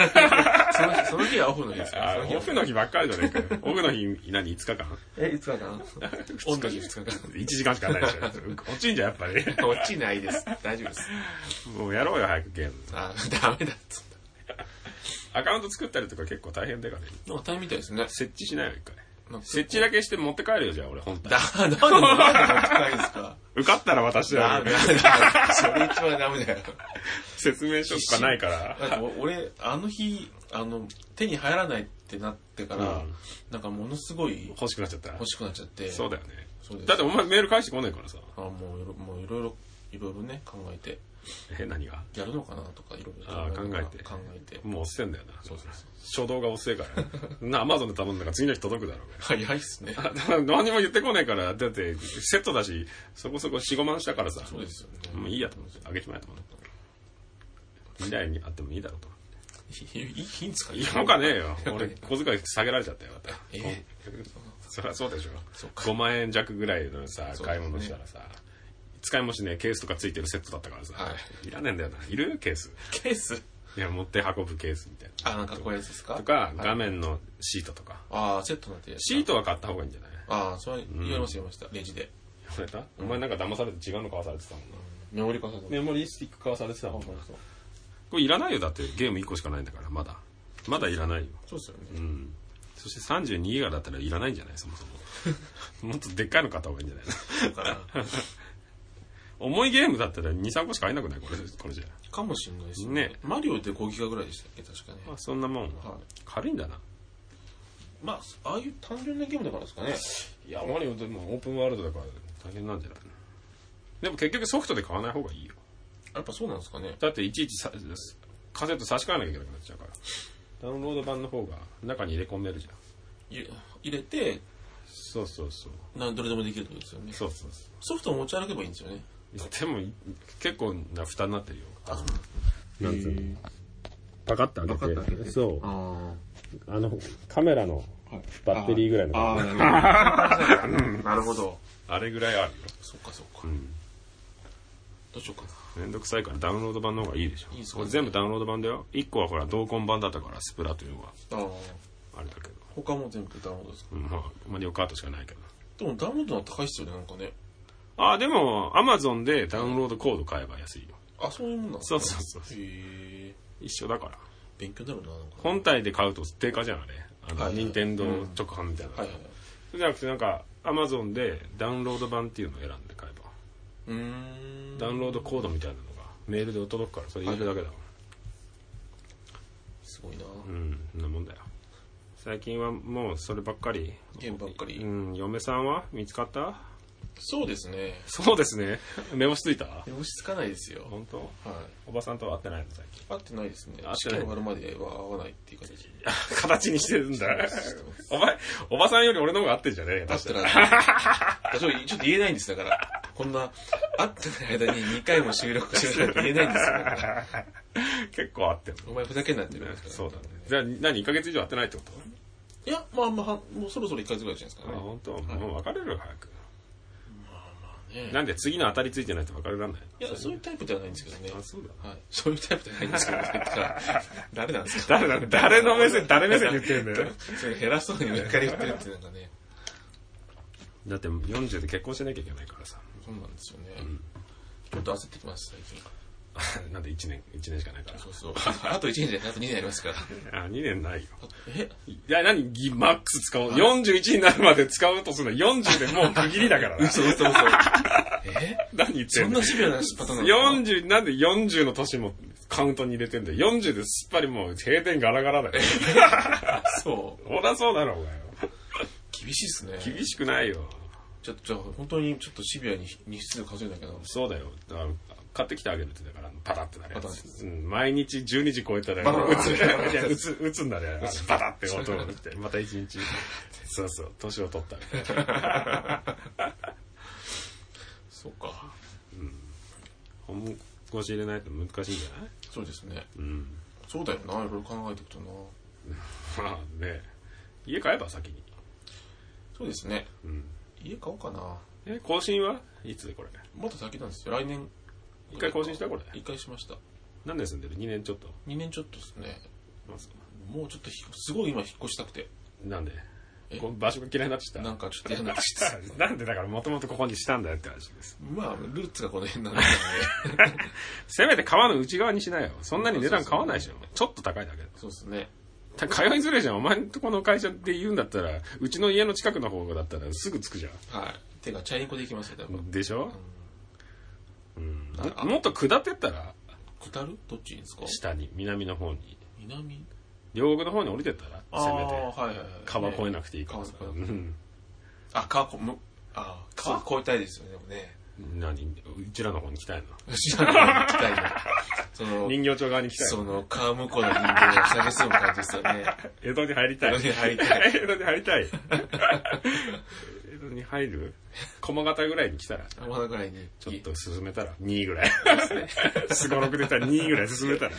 の日、その日はオフの日ですから。
あ
そ日は
オフの日ばっかりじゃねえかよ。オフの日、何、5日間
え、いつかかなオンの日2日か
?1 時間しかないでし
<laughs>
ょ。落ちんじゃん、やっぱり。
な落ちないです。大丈夫です。
もうやろうよ、早くゲーム。
あ、ダメだっつった。
アカウント作ったりとか結構大変だからね。
なんか大変みたいですね。
設置しないよ、一回。
なんか
設置だけして持って帰るよ、じゃあ俺、本体。
だ、なんでこんな深いですか
受かったら私だ
ダ
よ
メ。だ。それ一番ダメだよ。
説明書とかないから。
なんかお俺、あの日、あの、手に入らないってなってから、
うん
なんかものすごい
欲しくなっちゃった。
欲しくなっちゃって。
そうだよね。
そうです
だってお前メール返してこねえからさ。
あもういろ、もういろいろ、いろいろね、考えて。
え何が
やるのかなとかいろいろ
ああ考えて
考えて
もう遅えんだよな
そうそうそう
初動が遅えから
<laughs>
なアマゾンで頼んだから次の日届くだろうが
早いっすね
あだから <laughs> 何も言ってこねえから、だってセットだし、そこそこ4、5万したからさ、
そうですよね
もういいやと思って、あげちまえと思って。未来にあってもいいだろうと思っ
いいいいんですか
て。いや、なんかねえよ。俺、小遣い下げられちゃったよ、また。
ええ
そりゃそうでしょ。
そっか
5万円弱ぐらいの
そ
さ、
うですね
買い物したらさ、使いもしねえケースとかついてるセットだったからさ、、
はい
らねえんだよな。いるケース。
ケース
いや、持って運ぶケースみたいな。
あなんかこういうやつですか
とか、画面のシートとか。
ああセットなんて
シートは買った方がいいんじゃない
ああそれ言われました言われましたレジで
言われたお前なんか騙されて違うの買わされてたもんな。
メモリ化させて
メモリースティック買わされてたもんこ
そう
れいらないよだってゲーム1個しかないんだからまだまだいらないよ
そうですよね
うんそして32ギガだったらいらないんじゃないそもそも <laughs> もっとでっかいの買った方がいいんじゃ <laughs> ない
そうかな
重いゲームだったら23個しか買えなくないこれこれじゃ
かもしんないです
ね
マリオって5ギガぐらいでしたっけ確かね
あそんなもん、
はい
軽いんだな
まあああいう単純なゲームだからですかね
いやマリオでもオープンワールドだから大変なんじゃないのでも結局ソフトで買わない方がいいよ
やっぱそうなんですかね
だっていちいちさカセット差し替えなきゃいけなくなっちゃうからダウンロード版の方が中に入れ込めるじゃん
入れ入れて
そうそうそう
なんどれでもできるってことですよね
そうそうそう
ソフトを持ち歩けばいいんですよね
でもい結構な負担になってるよなんつうのパカッて開けてそう
あ
あのカメラのバッテリーぐらいの
あ
あ
あ
<laughs>
なるほど
れぐらいあるよ
そっかそっか
ん
どうしようかな
めんどくさいからダウンロード版の方がいいでしょ
いいっすか
これ全部ダウンロード版だよ1個はほら同梱版だったからスプラトゥーンは
ああ
あれだけど、
他も全部ダウンロードですか
うんまあマリオカートしかないけど
でもダウンロードの高いっすよねなんかね
ああでもアマゾンでダウンロードコード買えば安いよ
あそういうもんなんです
そ
か
うそうそう
へえ
一緒だから
勉強になるななんか
本体で買うと定価じゃんあれあ
はい
の
はい
任天堂直販みたいな、
はいはいはい
そうじゃなくてなんかアマゾンでダウンロード版っていうのを選んで買えば、
うーん
ダウンロードコードみたいなのがメールで届くからそれ入れるだけだわ、
すごいな
うんそんなもんだよ最近はもうそればっかり
ゲームばっか
う
り
ん嫁さんは見つかった
そうですね
そうですね目星ついた
落ち着かないですよ
本当
はい
おばさんとは会ってないの最近
会ってないですね
会っ。て
試
ない
験終わるまでは会わないっていう感じ。
形にしてるんだ <laughs> お前おばさんより俺の方が合ってんじゃねえよ
会ってない。あ
<laughs>
ちょっとちょっと言えないんですだから。こんな、会ってない間に2回も収録してるから言えないんですよだか
<laughs>
ら。
結構合ってる
お前ふざけんなってるんですから。
そうだねじゃあ何1ヶ月以上会ってないってこと
いや、まあまあ、もうそろそろ1ヶ月ぐらいじゃないです
あ
かね。
本当もう別れるよ早く
ね
なんで次の当たりついてないと別れらんない
いや、そういうタイプではないんですけどね。
あそうだ
はい。そういうタイプではないんですけどね。だから、
<laughs>
誰なんですか
誰だ誰の目線誰目線で言ってんだよ
それ減らそうにばっかり言ってるってなんかね。
だって40で結婚しなきゃいけないからさ <laughs>
そうなんですよね。ちょっと焦ってきます、最近。
なんで1年1年しかないか
そう
<laughs>
そう。あと1年じゃなくてあと2年ありますから。
らあ2年ないよ
え
いや何ギマックス使おう41になるまで使うとするの40でもう区切りだ
<laughs>
からな
嘘嘘嘘。え
何言って
そ
ん
んな
だよ
シビアなパターンなの
40なんで40の年もカウントに入れてんだよ40ですっぱりもう閉店ガラガラ
<laughs>
だよ
そう。
ほらそうだろお前
厳しいですね。
厳しくないよ
ちょっと、じゃあ本当にちょっとシビアに日数稼いだけど。
そうだよあの買ってきてあげるってだからあのパタってなるや
パタッ
つ、うん、毎日12時超えたら
バタッ
打つ <laughs> いや打つ打つんだねバタって音を打って <laughs> また一日そうそう年を取ったみたいな
そうか。
本腰入れないと難しいんじゃない
そうですね。
うん <laughs>
そうだよな。いろいろ考えていくとな。
まあね家買えば先に、
そうですね。
うん、
家買おうかな。
え更新はいつこれ
まだ先なんですよ。来年。
一回更新したこれ
一回しました。
何年住んでる2年ちょっと
2年ちょっとですね。
まあそう
もうちょっとひ、すごい今引っ越したくて。
なんで
え
こ場所が嫌いになってきた
なんかちょっと嫌にな <laughs> ってきた。
<laughs> なんでだからもともとここにしたんだよって話です
まあ、ルーツがこの辺 <laughs> なんで、ね。
せめて川の内側にしなよ。そんなに値段変わんないでしょ。ちょっと高いだけ
そうですね。
だ。通いづらいじゃん。お前んとこの会社で言うんだったら、うちの家の近くの方だったらすぐ着くじゃ
はい。てか、チャリンコで行きますよ、多分。
ん。でしょうん。ももっと下ってったら、
下るどっちですか
下に、南の方に。
南
両国の方に降りてったら、せめて。
あーはいはいはい。
川越えなくていいからさ。
川
う
越え
ん。 <laughs>
あ、川こ、む、あ、川越えたいですよね、でもね。
何うちらの方に来たい
吉田の方に行きたいな。そ
の
の、
人形町側に来たいの
その、川向こうの人間を下げそうな感じですよね。
江戸に入りたい
江戸に入りたい
<laughs> 江戸に入りたい江戸に入る駒形ぐらいに来たら
浜田ぐらいに、
ちょっと進めたら2位ぐらいすごろくでたら2位ぐらい進めた
<laughs>
ら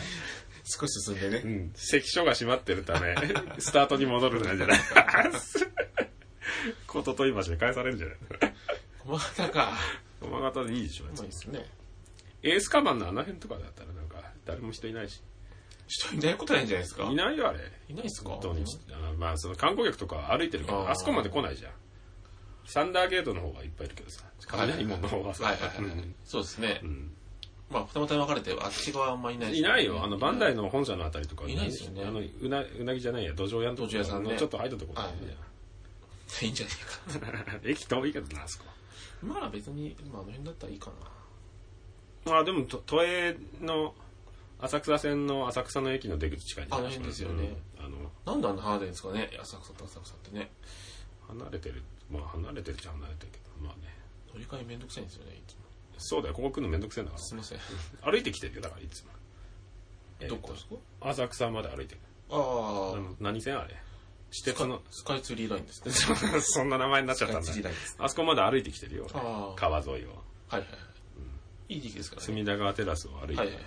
少し進んで
う
ね。
ん関所が閉まってる
<laughs>
ためスタートに戻るなんじゃないこととい橋で返されるんじゃない
浜田か。
駒形でいいでしょ
まあいいですね。
エースカバンのあの辺とかだったらなんか誰も人いないし
人いないことないんじゃないですか
い
い
ないよあれ
ないですか
本当にあまあその観光客とか歩いてるから
あ
あ
ー
そこまで来ないじゃんサンダーゲートの方がいっぱいいるけどさ雷門の方がさ、
はいはいはいはい。そうですね。まあ、二股に分かれて、あっち側はあんまいない
いないよあのバンダイの本社のあたりとか
いないですよね
あのうなうなぎじゃないや土壌屋のとこ
土壌屋さんね
ちょっと入ったとこだよ <laughs> ね
いいんじゃないか。
駅遠いけどなあそこ
まあ別に、まああの辺だったらいいかな。
まあでもと都営の浅草線の浅草の駅の出口近いんじゃない
あの辺ですよね
うんあの
なんであんな離れてるんですかね浅草と浅草ってね。
離れてるまあ離れてるっちゃ離れてるけどまあね
乗り換えめんどくさいんですよね、いつも。
そうだよここ来るのめんどくせえんだか
すいません。
ら歩いてきてるよだからいつもえー
どこですか
浅草まで歩いてる
あ
あ
あ、
の何線あれ私鉄の <laughs>
スカイツリーラインですか
そんな名前になっちゃ
ス
っ
カ
た
イ
んだ
ツリーラインです。
あそこまで歩いてきてるよ俺
あー
川沿いを
はいはいはい。いい時期ですからね。
隅田川テラスを歩いて、
はいはいはい。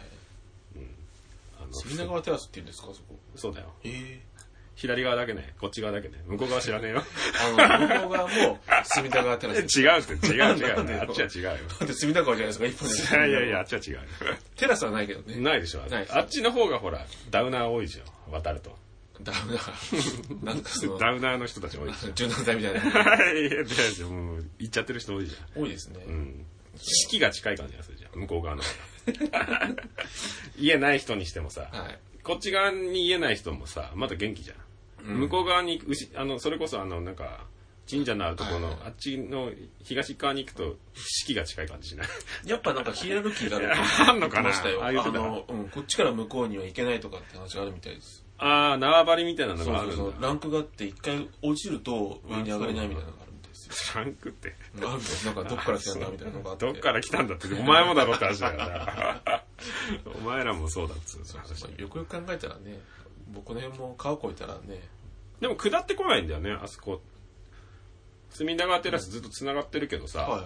あの
隅田川テラスって言うんですか、そこ。
そうだよ
ええ。
左側だけねこっち側だけね向こう側知らねえよ
あの、向こう側も隅田川テラス
<laughs> 違
です。
<laughs> うって違う違
な
うん
でよ
あっちは違う <laughs> よ
だって隅田川じゃないですか、一本
い
で。
やいやいや、あっちは違うよ。
テラスはないけどね。
<laughs> ないでしょ。あ
ない
あっちの方がほら、ダウナー多いじゃん。渡ると。
ダウナー。なんかその、
ダウナーの人たち多いじ
柔軟剤みたいな。
<laughs> ゃん。はい、いや、違うもう、行っちゃってる人多いじゃ
多いですね。
ん。うん。四季が近い感じがするじゃん。向こう側の。 <laughs> 家ない人にしてもさ、
はい。
こっち側に家ない人もさ、まだ元気じゃん。向こう側に、牛あの、それこそあの、なんか、神社のあるところの、あっちの東側に行くと、四季が近い感じしない。 <laughs>
やっぱなんかヒエラルキーがあるって
あんのか
言って
な
ましたよ。
あ
あ
あいうとこ
の、うん、こっちから向こうには行けないとかって話があるみたいです。
ああ、縄張りみたいなの
そう
があ
そ
る
うんそ
だ
う。。ランクがあって、一回落ちると上に上がれないみたいなのがあるみたいですよ。
ランクって。
あるみたいです。なんかどっから来たんだみたいなのがあって。
どっから来たんだって、お前もだろって話だからな <laughs> お前らもそうだっつう話
まあよくよく考えたらね、僕の辺も川越えたらね、
でも下ってこないんだよね、あそこ。隅田川テラスずっと繋がってるけどさ、
はい。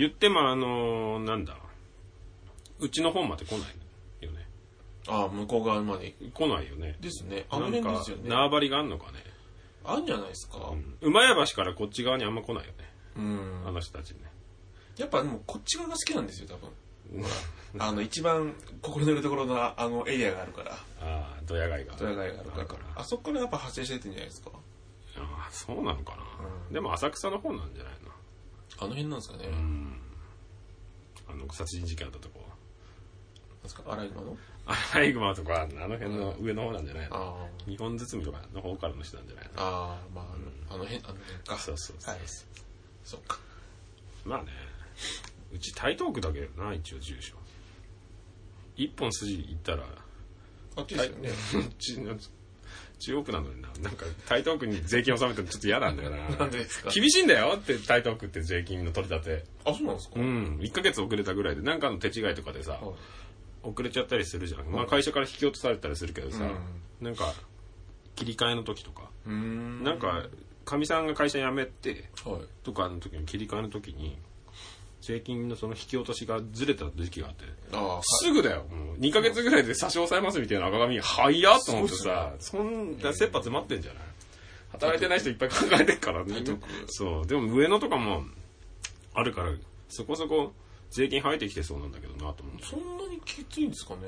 言ってもあのーなんだ、うちの方まで来ないよね。
ああ、向こう側まで行く。
来ないよね。
ですね。あ
な
の
ん
辺
か
ですよね。
縄張りがあんのかね。
あんじゃないですか。
馬屋橋からこっち側にあんま来ないよね、
うん
あの人たちね。
やっぱでもこっち側が好きなんですよ、多分。 <laughs> あの、一番心のるところのああのエリアがあるから、
ああ、ドヤ街が。
ドラ街があるから、あそこからやっぱ発生してってんじゃないですか。
ああ、そうなのかな。
うん
でも浅草の方なんじゃないの
あの辺なんですかね。
あの、殺人事件あったとこ <laughs> は。
なんですか、アライグマの
アライグマとか、あの辺の上の方なんじゃないの
あ
日本包みとかの方からの人なんじゃない
あ、ああ、まあ、あの、あの辺、あの辺か。
のそうそうそう。
はい。そっか。
まあね。うち台東区だけどな、一応住所。一本筋行ったら、
あっちですよね。
うちの <laughs> 中央区なのにな、なんか台東区に税金納めてるのちょっと嫌なんだよな。
なんでですか
厳しいんだよって台東区って税金の取り立て。
あ、そうなんですか、
うん。1ヶ月遅れたぐらいで、なんかの手違いとかでさ、
はい
遅れちゃったりするじゃん、まあ、会社から引き落とされたりするけどさ、
う
なんか切り替えの時とか、
うーん。
なんかかみさんが会社辞めて
はい。
とかの時に切り替えの時に税金のその引き落としがずれた時期があって
ああ、はい
すぐだよもう2ヶ月ぐらいで差し押さえますみたいな赤紙早っと思ってさそんな切羽詰まってんじゃない働いてない人いっぱい考えてるからね
得
そうでも上野とかもあるからそこそこ税金入ってきてそうなんだけどなと思う
そんなにきついんですかね。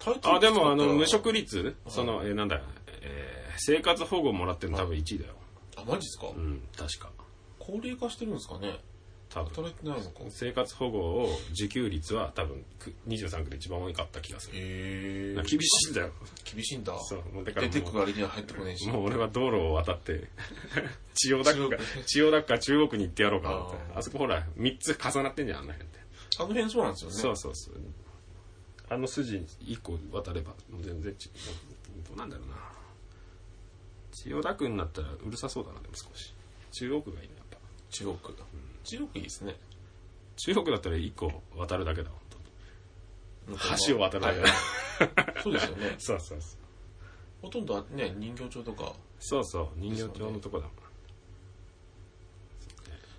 台東区
あ、でも、
使
あ
った
の、
ら
無職率、その、えーなんだ、えー生活保護もらってるの多分1位だよ。
あ、マジですか、
うん、確か。
高齢化してるんですかね
多分。
働いてないのか。
生活保護を受給率は多分く23区で一番多かった気がする。
へえ
厳しいんだよ。
厳しいんだ。
そう、もうだから
出て
も
く割には入ってこねえし。
う、もう俺は道路を渡 <laughs> って、千代田区か
中央、
千代田区か中央区に行ってやろうかなって。
あー
あそこほら、3つ重なってんじゃん、あの辺って。
あの辺そうなんですよね。
そうそうそう。あの筋一個渡れば、もう全然ち、どうなんだろうな。千代田区になったらうるさそうだな、でも少し。中央区がいいな、やっぱ。
中国。中国いいですね。
中国だったら1個渡るだけだ本
の
当橋を渡るだけだ、 <laughs>
はいそうですよね
そうそうそう
ほとんどね人形町とか
そうそう人形町のとこだもん、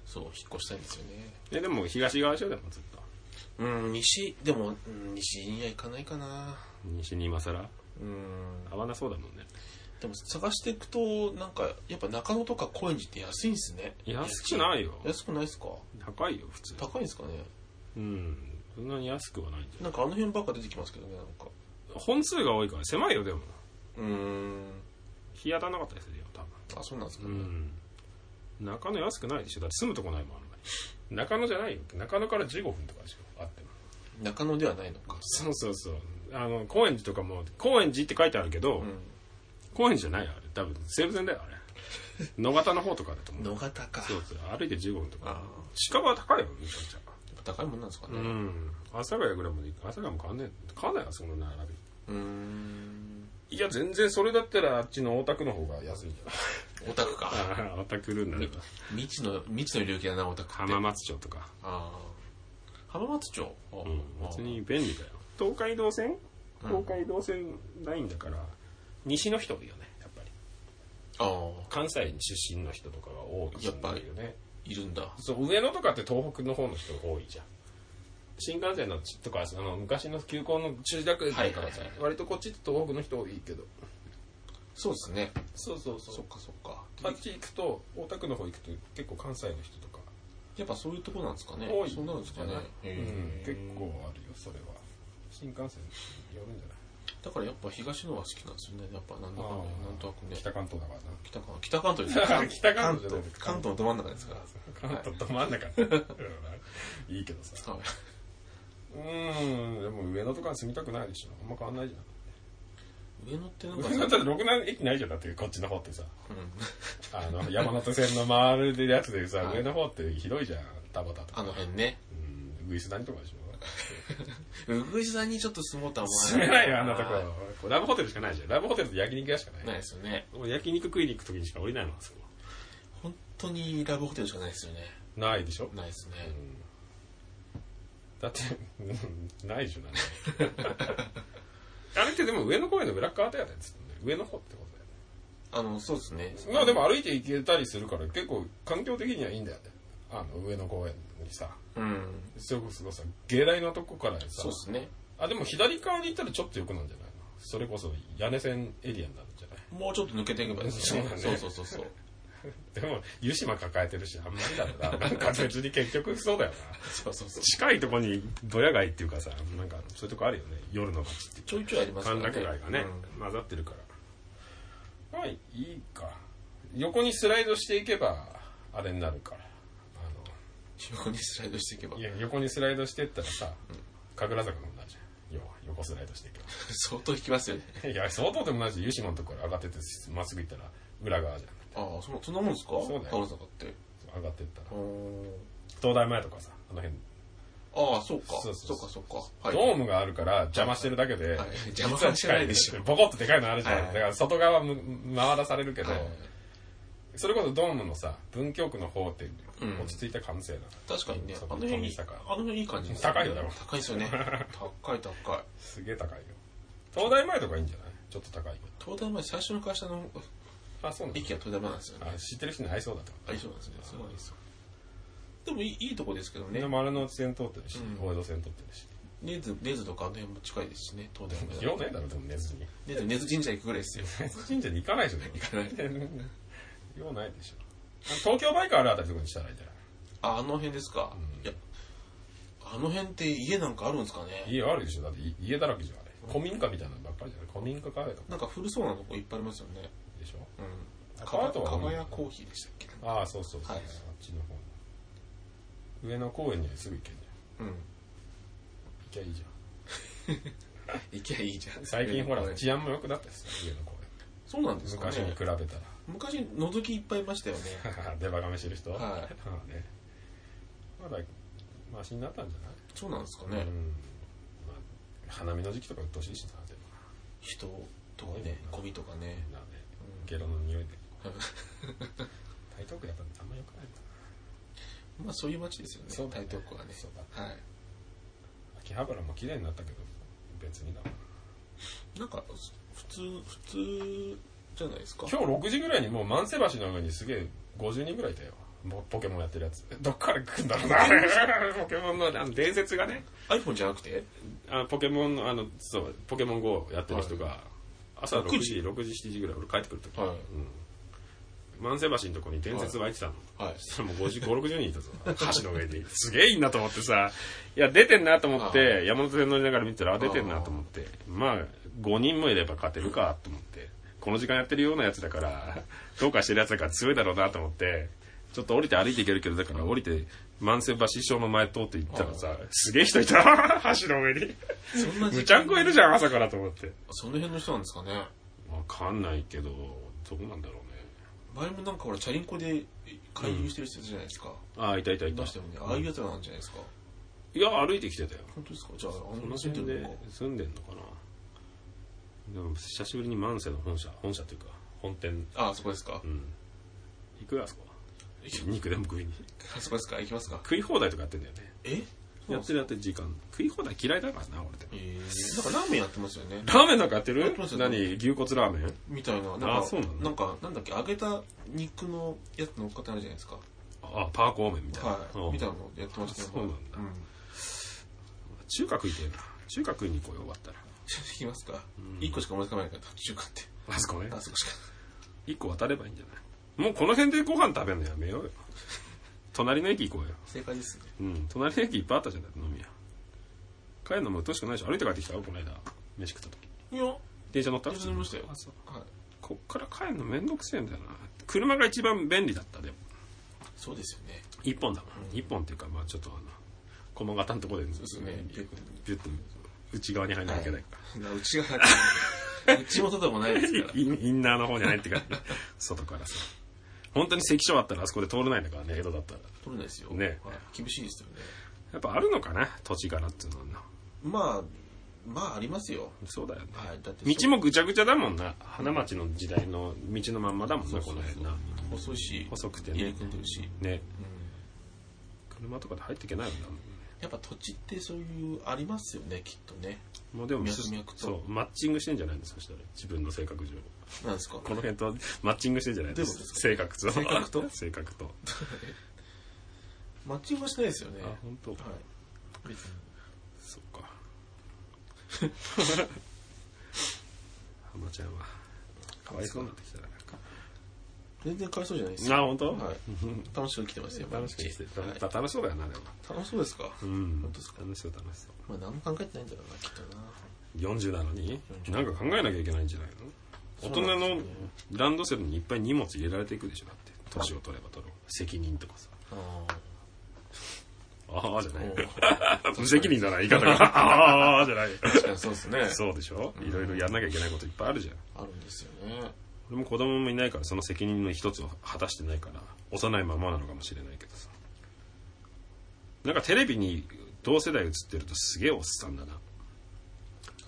そう引っ越したいんですよね
えでも東側署でもずっと
うん西でもうん西には行かないかな
西に今更
うん
合わなそうだもんね
でも探していくとなんかやっぱ中野とか高円寺って安いんですね
安くないよ
安くないですか
高いよ普通
高いんですかね
うんそんなに安くはないんじ
なんかあの辺ばっか出てきますけどねなんか
ゃん本数が多いから狭いよでも
うーん
日当たんなかったりするよ多
あそうなんですか
分
ね、
うん中野安くないでしょだって住むとこないもんあんまり中野じゃないよ中野から15分とかでしょあっても
中野ではないのか
そうそうそうあの高円寺とかも高円寺って書いてあるけど、
うん
高円寺じゃないよあれ多分西武線だよあ <laughs> れ野方の方とかだと思う
野方か
そうそう歩いて15分とか
あ
近場は高いよめちゃくち
ー
ゃ
やっぱ高いもんなんですか
う
ね
ん阿佐ヶ谷ぐらいまで行く阿佐ヶ谷も変わんねえ変わんないよその並
うーん
びいや全然それだったらあっちの大田区の方が安いんじ
オタクか
ゃない <laughs> ああ大田区ルールになれば
未知の未知の領域だなオタクって
浜松町とか
あー浜松町あー
うん別に便利だよ東海道線
うん
東海道線ラインだから、西の人多いよねやっぱり
ああ
関西出身の人とかが多い
やっぱり
よね
いるんだ
そう上野とかって東北の方の人多いじゃん新幹線のちとかあの昔の急行の中学とか
はいはい
さ
はい
割とこっちって東北の人多いけど
そうですね
そうそうそ
そっかそっか
あっち行くと大田区の方行くと結構関西の人とか、
やっぱそういうとこなんですかね
多い
そうなんですかねへー
結構あるよそれは新幹線によるんじゃない
だからやっぱ東のは好きなんですよねやっぱなんだかんだ
あー
なんとなくね
北関東だからな
北関北関東ですね
<laughs> 北関東じゃな
関
い
東関東のど真ん中ですから
関東ど真ん中 <laughs> うんいいけどさ
はい
うんでも上野とかは住みたくないでしょあんま変わんないじゃん
上野ってなんか
上野だってろくな駅ないじゃんだってこっちの方ってさ
うん
<laughs> あの山手線の回るやつでさ、
はい
上の方ってひどいじゃん田端とか
あの辺ね
うんウイス谷とかでしょ
うぐいす座にちょっと住もうとは
住
思
め
わ
ないよあんなとここうラブホテルしかないじゃんラブホテルと焼肉屋しかない
ないですよね
もう焼肉食いに行く時にしか降りないのあそこ
本当にラブホテルしかないですよね
ないでしょ、
ないですね
うんだって <laughs> うんないじゃないあれってでも上野公園の裏側だよねずっとね上の方ってことだよね
あのそうですね
まあでも歩いて行けたりするから結構環境的にはいいんだよねあの上野公園にさ
うん
それこそさ芸大のとこからさ
そうですね
あでも左側に行ったらちょっとよくなんじゃないのそれこそ屋根線エリアになるんじゃない
もうちょっと抜けていけばいいですよね
そうだね
そうそうそうそう
<laughs> でも湯島抱えてるしあんまりだろう <laughs> ななんか別に結局そうだよな
そうそうそう
近いとこにドヤ街っていうかさなんかそういうとこあるよね夜の街って
ちょいちょいありますから
歓
ね
楽街がね、
うん
混ざってるからはいいいか横にスライドしていけばあれになるからあ
横にスライドしていけば
のいや横にスライドしてったらさ、神楽坂のになるじゃん要は横スライドしていけば <laughs>
相当引きますよね
いや、相当でもないし、湯島のとこから上がってって、まっすぐ行ったら、裏側じゃ
ああそそんなもんですか
そうだよ
タオル坂って
ん。上がってったら
あ。ー
東大前とかさ、あの辺、
ああそうか
そ
そうう
そう
か
そ
そうかはい
ドームがあるから邪魔してるだけで、
はい
実
邪
は
魔はしてないでしょ
近ボコッとでかいのあるじゃん。
はい
だから外側む回らされるけど、
はい
それこそドームのさ、文京区の方って
うん
落ち着いた感性だな、
確かにね
そ
あ
う
の辺いい
富坂
あの辺いい感じです
高いよでも
高いですよ
<laughs>
ね高い高い
すげえ高いよ。東大前とかいいんじゃないちょっと高いよ。
東大前最初の会社の
あ、そうなんだ
駅が東大前なんですよね
あ知ってる人に合いそうだと。
ありそうなんですねすごいですよでもいいいいとこですけどね
でもあれの線通ってるし、
うん
大江戸線通ってるし。
根津根津とかあの辺も近いですしね東大前
ようないだろ、でも寝ずに。
根津根津神社行くぐらいですよ
<laughs> 神社に行かないでしょ <laughs>
行
でも用ないでしょ東京バイクあるあたりとかにしたらいいんじゃな
ああの辺ですか
うん
いやあの辺って家なんかあるんですか
い
ね
家あるでしょだってい家だらけじゃんあれ古民家みたいなのばっかりじゃない古民家カフェとか
なんか古そうなとこいっぱいありますよね
でしょ
うん
あ
かば
とは
かばやコーヒーでしたっけ
ああそうそうそう、
はい
あっちの方に上野公園にはすぐ行けんじゃん
うん
行きゃいいじゃ
行きゃいいじゃん
ん最近ほら
うん
治安も良くなったしさ上野公園
そうなんですか
昔に
ね
比べたら
昔覗きいっぱいいましたよね
<laughs> 出歯がめしてる人
はい
まあねまだマシになったんじゃない
そうなんですかね
うんまあ花見の時期とか鬱陶しいしなでも
人とかねゴミとかね <laughs>
なね
うん
ゲロの匂いで
はい
台東区やっぱあんま良くないな
まあそういう街ですよね
そうだ
台
ね
東区はね
そう
はい
秋葉原も綺麗になったけど別にな
なんか普通普通じゃないですか
今日6時ぐらいにもう万世橋の上にすげえ50人ぐらいいたよもポケモンやってるやつどっから来るんだろうな <laughs> ポケモンのあの伝説がね
iPhone じゃなくて
あのポケモンのあのそうポケモン GO やってる人が、朝6
6
時
時
6時7時ぐらい俺帰ってくる時、
はい
うん、万世橋のとこに伝説湧いてたの、
はい
そしたらもう5060人いたぞ橋の上にすげえいいなと思ってさいや出てんなと思っ
は
て山手線乗りながら見てたらあ出てんなと思ってまあ5人もいれば勝てるかと思ってこの時間やってるようなやつだ
<laughs>
からどうかしてるやつだから強いだろうなと思ってちょっと降りて歩いていけるけどだから降りて万世橋師匠の前通って行ったらさすげえ人いた <laughs> 橋の上に
そんな <laughs>
む <laughs> ちゃんこいるじゃん朝からと思って
その辺の人なんですかね
わかんないけどどうなんだろうね
前もなんかほらチャリンコで回遊してる人じゃないですか、
ああいたいたい
い
た
ましたよねああいうやつらなんじゃないですか
いや歩いてきてたよ
本当ですかじゃああ
こ
ん
の
な住
辺
んでる
で
のか
住んでんのかなでも久しぶりに万世の本社本社というか本店
ああそこですか、
うん行くよあそこ肉でも食いに
あそこですか行きますか
食い放題とかやってんだよね
え
やってるやってる時間食い放題嫌いだからな俺って
えー、なんかラーメンやってますよね
ラーメンなんかやって
やっ
る
てますよ
何牛骨ラーメン
みたいななんか
あそうなの
なんかなんだっけ揚げた肉のやつ乗っかってあるじゃないですか
あパーコーメンみたいな
はい
うん
みたいなのやってましたね
そうなんだ中華食いてえな中華食いに行こうよ終わったら
行きますか一個しか思いつかないから中華って
あそこね
あそこしか
一個渡ればいいんじゃないもうこの辺でご飯食べるのやめようよ <laughs> 隣の駅行こうよ
正解ですね
うん隣の駅いっぱいあったじゃない飲み屋帰るのもうとしくないでしょ歩いて帰ってきたこの間飯食った時
いや
電車乗った
電車乗りましたよ
あそう
はい
こっから帰るのめんどくせえんだよな車が一番便利だったでも
そうですよね
一本だもん一本っていうかまあちょっとあの駒形のとこでず
うですね
ビュッと内側に入らなきゃいけないから
うちが
<laughs>
うちもとでもないですから
インインナーの方に入ってから <laughs> 外からさ本当に関所あったらあそこで通れないんだからね江戸だったら
取れないですよ
ね
はい厳しいですよね
やっぱあるのかな土地柄っていうのはな
まあまあありますよ
そうだよね
はいだって
道もぐちゃぐちゃだもんな花町の時代の道のまんまだもんな
そう
こ
そう
の辺な
細いし
細くて
入り
ね
組んでるし
ね車とかで入っていけないよな
やっぱ土地ってそういうありますよねきっとね
もうでも
脈々と
そうマッチングしてんじゃないんですかそしたら自分の性格上こ
なんですか
の辺とマッチングしてんじゃない
どういうこと
性格と
性格と
<laughs> 性格と
マッチングはしてないですよね
あ本当
はい別に
そっ
<laughs>
か浜ちゃんはかわいそうになってきたらなんか
全然かわいそうじゃないです
あ
よ
本当
はい楽しく来てますよ
楽しみにして
毎日は
楽しそうだよなでも
い楽しそうですか
うん
本当ですか
楽しそう楽しそう
まあ何も考えてないんだろうなきっとな
40なのになんか考えなきゃいけないんじゃないの大
そうなんで
人
す
の
よね
ランドセルにいっぱい荷物入れられていくでしょだって年を取れば取る責任とかさ
あ
ああじゃないよ
あ
無 <laughs> 責任だな言い方が <laughs> ああじゃないよ
確かにそうですね
そうでしょいろいろやんなきゃいけないこといっぱいあるじゃん
あるんですよね
俺も子供もいないからその責任の一つを果たしてないから幼いままなのかもしれないけどさなんかテレビに同世代映ってるとすげえおっさんだな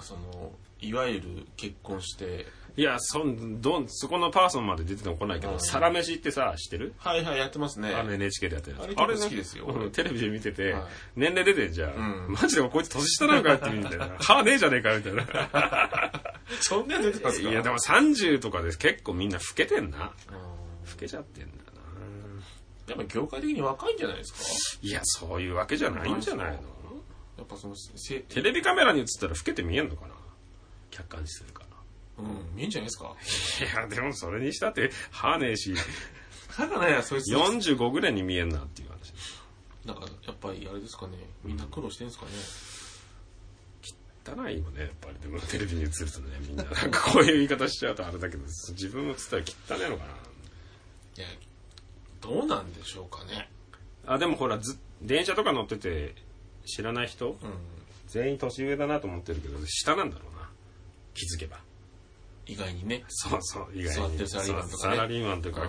そのいわゆる結婚して
いやそんどんそこのパーソンまで出てこないけ
う
ど
ん
サラメシってさ知ってる
はいはいやってますね
あの NHK でやってるやつ
あれ結構好きですよ
あれねうんテレビで見てて、
はい
年齢出てんじゃん、
うん
マジでこいつ年下なのかって
<laughs>
みたいな歯ねえじゃねえかみたいな
そんな出てたんですか
いやでも30とかで結構みんな老けてんな
うん
老けちゃってんだな
やっぱ業界的に若いんじゃないですか
いやそういうわけじゃないんじゃないの
やっぱそのせ、
テレビカメラに映ったら老けて見えんのかな客観視するか
うん、見えんじゃないですから
いやでもそれにしたって歯ねえ <laughs> し
歯がないやそいつなんか
45ぐらいに見えんなっていう話
やっぱりあれですかねみんな苦労してるんですかね、
汚いよねやっぱりでもテレビに映るとねみんななんかこういう言い方しちゃうとあれだけど自分映ったら汚いのか
いやどうなんでしょうかね
なあでもほらず電車とか乗ってて知らない人
うん
全員年上だなと思ってるけど下なんだろうな気づけば
意外にね
そうそう意
座
外
っ
に
てるサラリーマンとか
そ
ね
うサラリーマンとか
う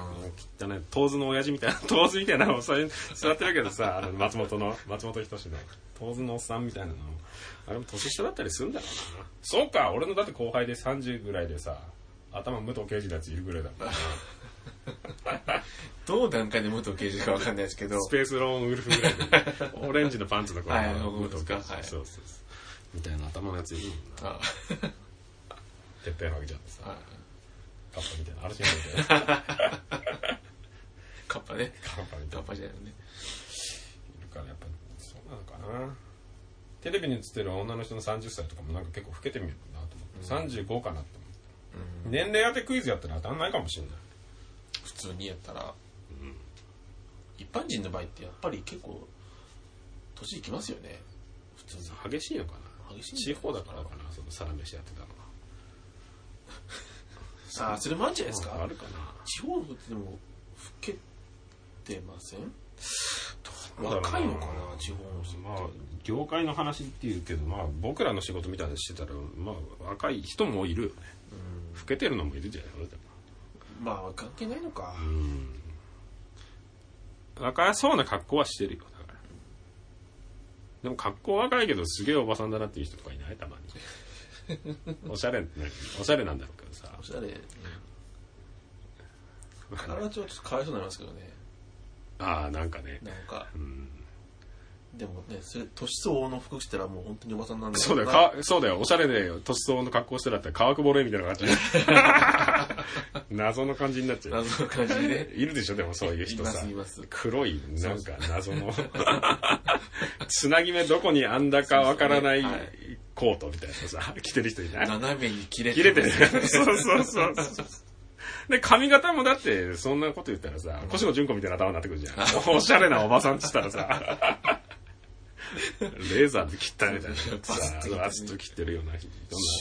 ん
汚い当図の親父みたいな <laughs> 当図みたいなのを座ってるけどさあの松本の松本人志の当図のおっさんみたいなのあれも年下だったりするんだろうなそうか俺のだって後輩で30ぐらいでさ頭武藤刑事のやついるぐらいだもんな
どう段階で武藤刑事かわかんないですけど、
スペースローンウルフぐらい
<laughs>
のオレンジのパンツの子
はい僕ですか
武藤
はい
そうそうそうみたいな頭のやついるもんな
あ
てっぺんはげちゃってさ
あ
カッパみたいなあれじゃないんだよ
カッパね。
カッパみ
カッ
たいな
パじゃないのね。
いるからやっぱそうなのかなテレビに映ってる女の人の30歳とかもなんか結構老けてみるなと思って、35かなって思って、年齢当てクイズやったら当たんないかもしれない
普通にやったら、一般人の場合ってやっぱり結構、年いきますよね。普通に。
激しいのかな
激しいんじ
地
ゃない
方だからかなそのサラメシやってたの
ああ、それもあるんじゃないです
はあ
か
る。かな
地方の方ってでも、老けてません
うだろうな
若いのかな、地方の人
まあ
って。
業界の話っていうけどまあ僕らの仕事みたいなのしてたらまあ若い人もいるよね老けてるのもいるじゃない俺でも
まあ、関係ないのか。
若そうな格好はしてるよだからでも格好若いけどすげえおばさんだなっていう人とかいないたま
<laughs>
におしゃれなおしゃれなんだろうけどさ
おしゃれ。体はちょっとかわいそうになりますけどね。
ああなんかね
なんか。
うん
でもね、それ、年相応の服着たらもう本当におばさんなんだ
そうだよ、
な
か、そうだよ、おしゃれで、塗装の格好してだったら、川久保玲みたいな感
<laughs>
じ。謎の感じになっちゃう。
謎の感じでね。
いるでしょ、でもそういう <laughs> 人
いま
さ
すいます。
<laughs> 黒い、なんか謎の、つなぎ目どこにあんだかわからない
そうそうは
コートみたいなさ、着てる人いない
斜めに切れ
切れてる。そうそうそうそう。で、髪型もだって、そんなこと言ったらさ、小芝純子みたいな頭になってくるじゃん。おしゃれなおばさんっつったらさ、 <laughs> レーザーで切ったみたいな
そう。
さ
バスッと切ってね
バスッと切ってるような人。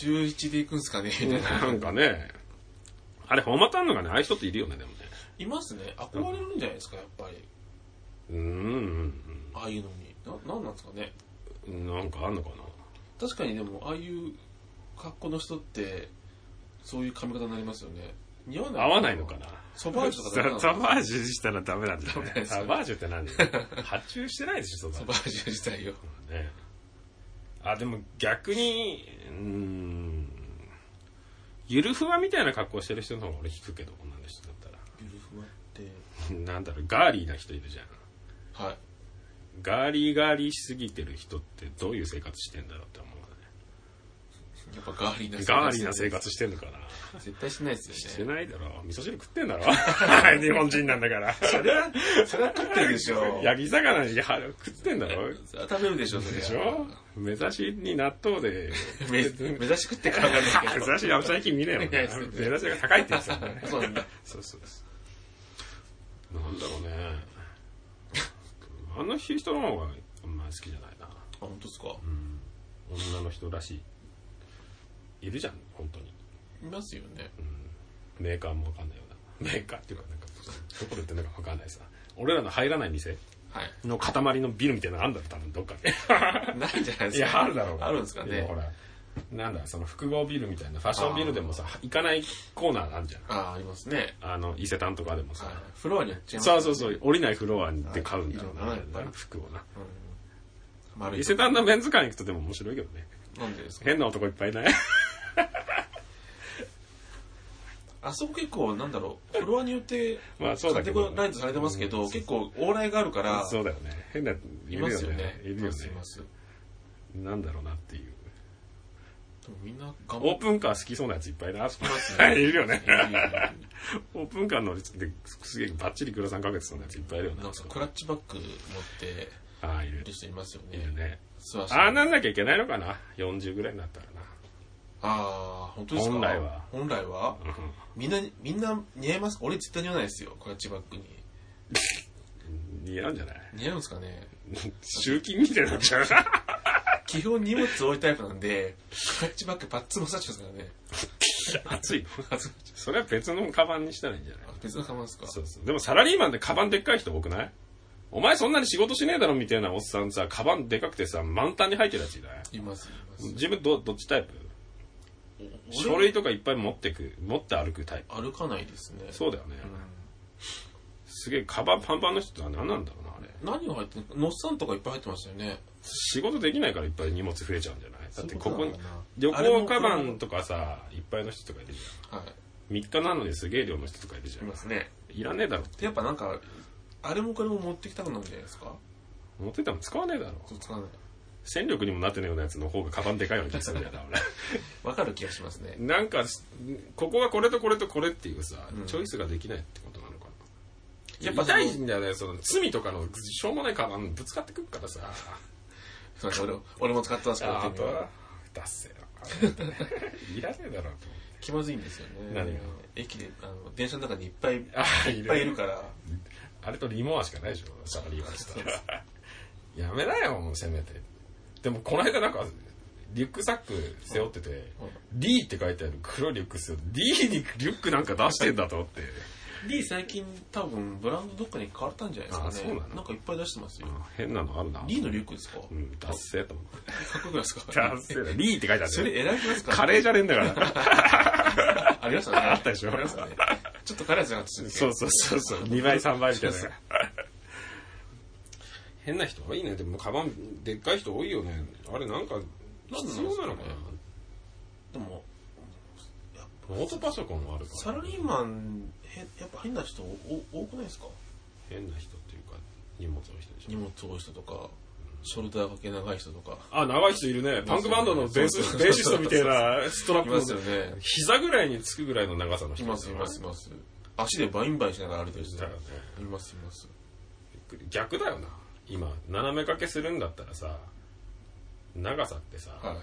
週一で行くんすかねみたいな。
<laughs> なんかね、あれ、フォーマットあんのかね、ああいう人っているよね、でもね。
いますね。憧れるんじゃないですか、やっぱり。
うんうん
ああいうのに。な、なんなんですかね。
うん。なんかあんのかな。
確かにでも、ああいう格好の人って、そういう髪型になりますよね。似合わない
合わないのかな。
ソバージュとかダメな
<laughs>
の
サバージュしたらダメなんじゃ
ダメ
な
で
い
すよ
サ
ね
バージュって何発注してないでしょ、そ
ソ
ん
バ
な
ージュ自体を。
のね。あ、でも逆に、うーん、ゆるふわみたいな格好してる人の方が俺引くけど、女の人だったら。 <laughs>
ゆるふわって。
なんだろう、ガーリーな人いるじゃん。
はい。
ガーリーガーリーしすぎてる人ってどういう生活してんだろうって思
<laughs>
うよね。
やっぱガーリーな
ガーリーな生活してんのかな
絶対しないです
し
よ
て
ね。
ないだろ。味噌汁食ってんだろ <laughs> 日本人なんだから。それは、
それは食ってるでしょ。
<laughs> 焼き魚には食ってんだろ
それは食べるでしょ、それ
で
は
しょ目指しに納豆 <laughs> で。
め目指し食って考えるけ
<laughs>
ど。
目指しは最近見ねえよ
見ないですよ
な
ね。。
目指しが高いって言って <laughs> たんだね
そうなんだ。
そうそうそう。なんだろうね。 <laughs> あの人の方があんま好きじゃないな。
あ、本当ですか。
女の人らしい。いるじゃん、本当に。
いますよね。
メーカーもわかんないような。メーカーっていうか、なんか、どこで売ってんのかわかんないさ。俺らの入らない店
はい。
の塊のビルみたいなのあんだろ、多分どっかで。 <laughs>
ないんじゃないで
い
すか。
や、あるだろう
あるんですか
いや
ね
ほ。ら、なんだ、その複合ビルみたいな、ファッションビルでもさ、行かないコーナーあるじゃん。
ああ、ありますね。
あの、伊勢丹とかでもさ
はい。。フロアにやっちゃいます。
そうそうそう、降りないフロアで買うんだろう
は
な、
いいろんなね
服をな。
丸い
伊勢丹のメンズ館行くとでも面白いけどね。
なんでですか。
変な男いっぱいい <laughs> ない
あそこ結構、なんだろう、フロアによって、
まあそうだけど
カテゴライズされてますけど、結構、往来があるから、
そうだよね。変な、い
い
る
ま
よ
すよ
ね
ね。。
いるよね
い。ますいま
なんだろうなっていう。
すでもみんな頑張
オー
っ
プンカー好きそうなやついっぱいいな、あそこ
ますね
<laughs> いるよね
いるいる。
オープンカー乗りつって、すげえバッチリ黒さんかけてそうなやついっぱいいるよ
て、
ね
なん。かクラッチバッグ持って
ああ、いる
る。人いますよ
い
ね。
るね。
素足
ああなんなきゃいけないのかな ?40 ぐらいになったらな。
ああ、本当ですか
本来は
本来はみんな、みんな似合います俺絶対似合わないですよ、クラッチバッグに。
似合うんじゃない
似合うんですかね
集金みたいになっちゃうな。
基本荷物多いタイプなんで、クラッチバッグパッツンもさっちゃうんですからね。
熱いのそれは別のカバンにしたらいいんじゃない
あ別のカバンですか
そうそう。でもサラリーマンでカバンでっかい人多くないお前そんなに仕事しねえだろみたいなおっさんさ、カバンでかくてさ、満タンに入ってるやついない
います、います。
自分ど、どっちタイプ書類とかいっぱい持ってく、持って歩くタイプ。
歩かないですね。
そうだよね。すげえ、カバンパンパンの人って何なんだろうな、あれ。
何が入ってんののっさんとかいっぱい入ってましたよね。
仕事できないからいっぱい荷物増えちゃうんじゃないだってここ
そうい
に
うことなのかな
旅行カバンとかさいっぱいの人とかいるじ
はい。
ゃ3日なのにすげえ量の人とかいるじゃ
い
ん
ますね。
いらねえだろって
やっぱなんか、あれもこれも持ってきたくなるんじゃないですか
持ってても使わねえだろ
そう使わない。
戦力にもなってねえようなやつの方がカバンでかいような気がするんだよな <laughs>
わかる気がしますね。
俺なんかここはこれとこれとこれっていうさ、
うん
チョイスができないってことなのかな
や
や
っ
っ
ぱ
ぱ
その
痛いんだよねその罪とかのしょうもないカバンぶつかってくるからさ
すいません、俺俺も使ってますから
あ
っていうのは
とダッセーないらね <laughs> えだろと
気まずいんですよね。
何が
駅で、あの、電車の中にいっぱい、いっ
あい
ぱいいるから。
あれとリモアしかないでしょサラリーマンしたらやめなよもうせめてでもこの間なんかリュックサック背負ってて、D って書いてある黒いリュックっすよ D にリュックなんか出してんだと思って
D 最近多分ブランドどっかに変わったんじゃないですかね。
あそうなの
んかいっぱい出してますよ。
あ変なのあるな
D のリュックですかか
うんダッセーと思って
っこよくないですか
ダッセーだ D って書いてあ
<laughs> それ
る
選びますか
カレーじゃねえんだから
ありましたね。あ
ったでしょ
ありましたね。ちょっとカレーじゃなかったです
<laughs> そ
ね
うそうそうそう2倍3倍みたいな変な人多いねでもカバンでっかい人多いよねあれなんか必要なのか
でも、
なノートパソコンもあるから
サラリーマン、へやっぱ変な人お多くないですか
変な人っていうか荷物の人でし
荷
ょ
物多い人とか、ショルダーがけ長い人とか。
あ長い人いるねパンクバンドのベー
そうそ
ス
う
ベーシストみた
<laughs>
いなストラ
い
ップ
ます
の
よね。
膝ぐらいにつくぐらいの長さの
い
人
ます、います、います。足でバインバインしながら歩いてる人。
だよね
います、います。
逆だよな今斜め掛けするんだったらさ長さってさ、
はい。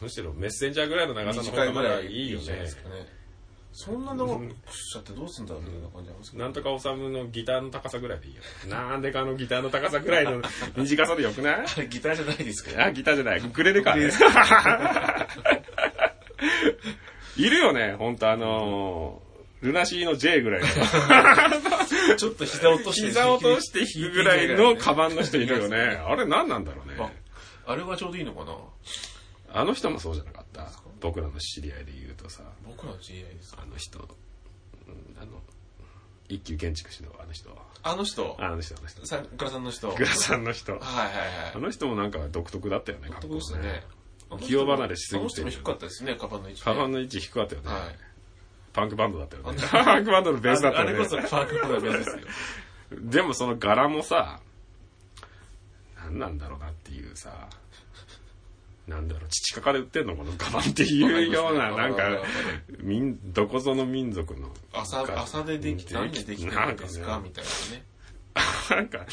むしろメッセンジャーぐらいの長さの方
短
が
いぐ
ま
ら
だ
い
い
い
い
い
よ
じゃないで
ね
すかね。そんな長くしちゃってどうすんだろうみたいな感じありますけど
なんとか治のギターの高さぐらいでいいよなんでかあのギターの高さぐらいの <laughs> 短さでよくな
あ
い
れギターじゃないですか <laughs>
あギターじゃないウクレレか、ね、 <laughs> いるよねほんとあのールナシーの J ぐ <laughs> らいの
ちょっと膝落として
膝を通して引くぐらいのカバンの人いるよね。あれ何なんだろう
あ
ね。
あれがちょうどいいのかな
あの人もそうじゃなかった。僕らの知り合いで言うとさ、
僕らの知り合いです
あの人、うんあの、一級建築士のあの人、
あの人
あの人、あの人、
さ倉さんの人はい
グラさんの人。
はい
あ
はい
の人もなんか独特だったよね、
とこでしたね
格好ね。器用離れしすぎ
あの人
て
も。低かったですねカバンの位置
カバン
の
の位置低かったよね。
はい
パンクバンドだったよね。パンクバンドのベースだった
あ
よね。
れこそパークコーナーですよ
でもその柄もさ、何なんだろうなっていうさ、なんだろう、父かで売ってんのこのガバンっていうような、
わか
な
り
ん
ますね
か、民どこぞの民族の。
朝朝でできた何でできたんですかみたいなね
なんか、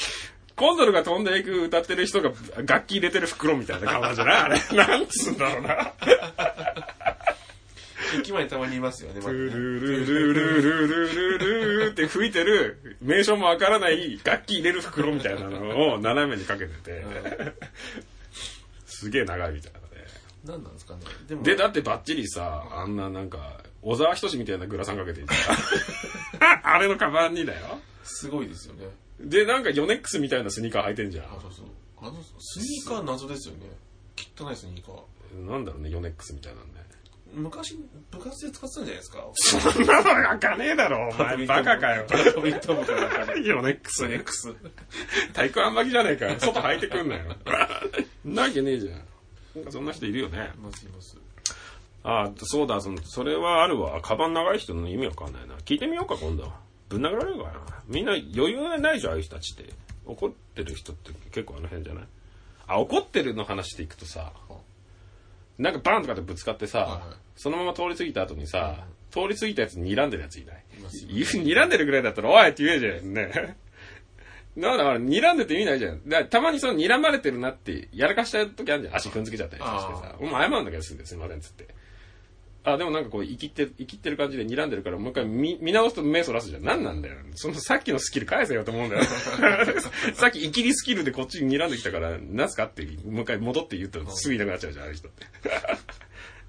コンドルが飛んでいく歌ってる人が楽器入れてる袋みたいな感じじゃないあれ、なんつうんだろうな。
駅前にたまにいますよねま
ル
だね
ルルルルルルルルって吹いてる、名称もわからない楽器入れる袋みたいなのを斜めにかけてて、すげえ長いみたいなね。
何なんですかねでも
で、だってばっちりさ、あんななんか、小沢仁志みたいなグラサンかけていた。 <laughs> あれのカバンにだよ。
すごいですよね
で、なんかヨネックスみたいなスニーカー履いてんじゃ
あそうそうあのスニーカー謎ですよね汚いスニーカー
ん。なんだろうね、ヨネックスみたいなんね。
昔部活で使ってたんじゃないですか
そんなのなんかねえだろ、お前。バカかよ。
バカビットボかなんか
ヨネックス
ソネッ
ね。
クス
体育あんまりじゃねえかよ。外履いてくん <laughs> なよ。なわけねえじゃん。なんかそんな人いるよね。
ますいます
ああ、そうだ、その、それはあるわ。カバン長い人の意味わかんないな。聞いてみようか、今度。ぶん殴られるかな。みんな余裕がないじゃん、ああいう人たちって。怒ってる人って結構あの辺じゃないあ、怒ってるの話でいくとさ、なんかバーンとかってぶつかってさ、
はいはい
そのまま通り過ぎた後にさ、通り過ぎたやつに睨んでるやついない
います
い睨んでるぐらいだったら、おいって言えじゃんね。なんだから、睨んでて意味ないじゃん。だからたまにその睨まれてるなって、やらかした時あるじゃん。足踏んづけちゃったりとかしてさ。お前謝るんだけどすぐすいませんっつって。あ、でもなんかこう、生きって、生きってる感じで睨んでるから、もう一回見、見直すと目そらすじゃん。何なんだよ。そのさっきのスキル返せよと思うん <laughs> だよ。さっき生きりスキルでこっちに睨んできたから、なんすかって、もう一回戻って言ったらすぐいなくなっちゃうじゃん、あの人 <laughs> って。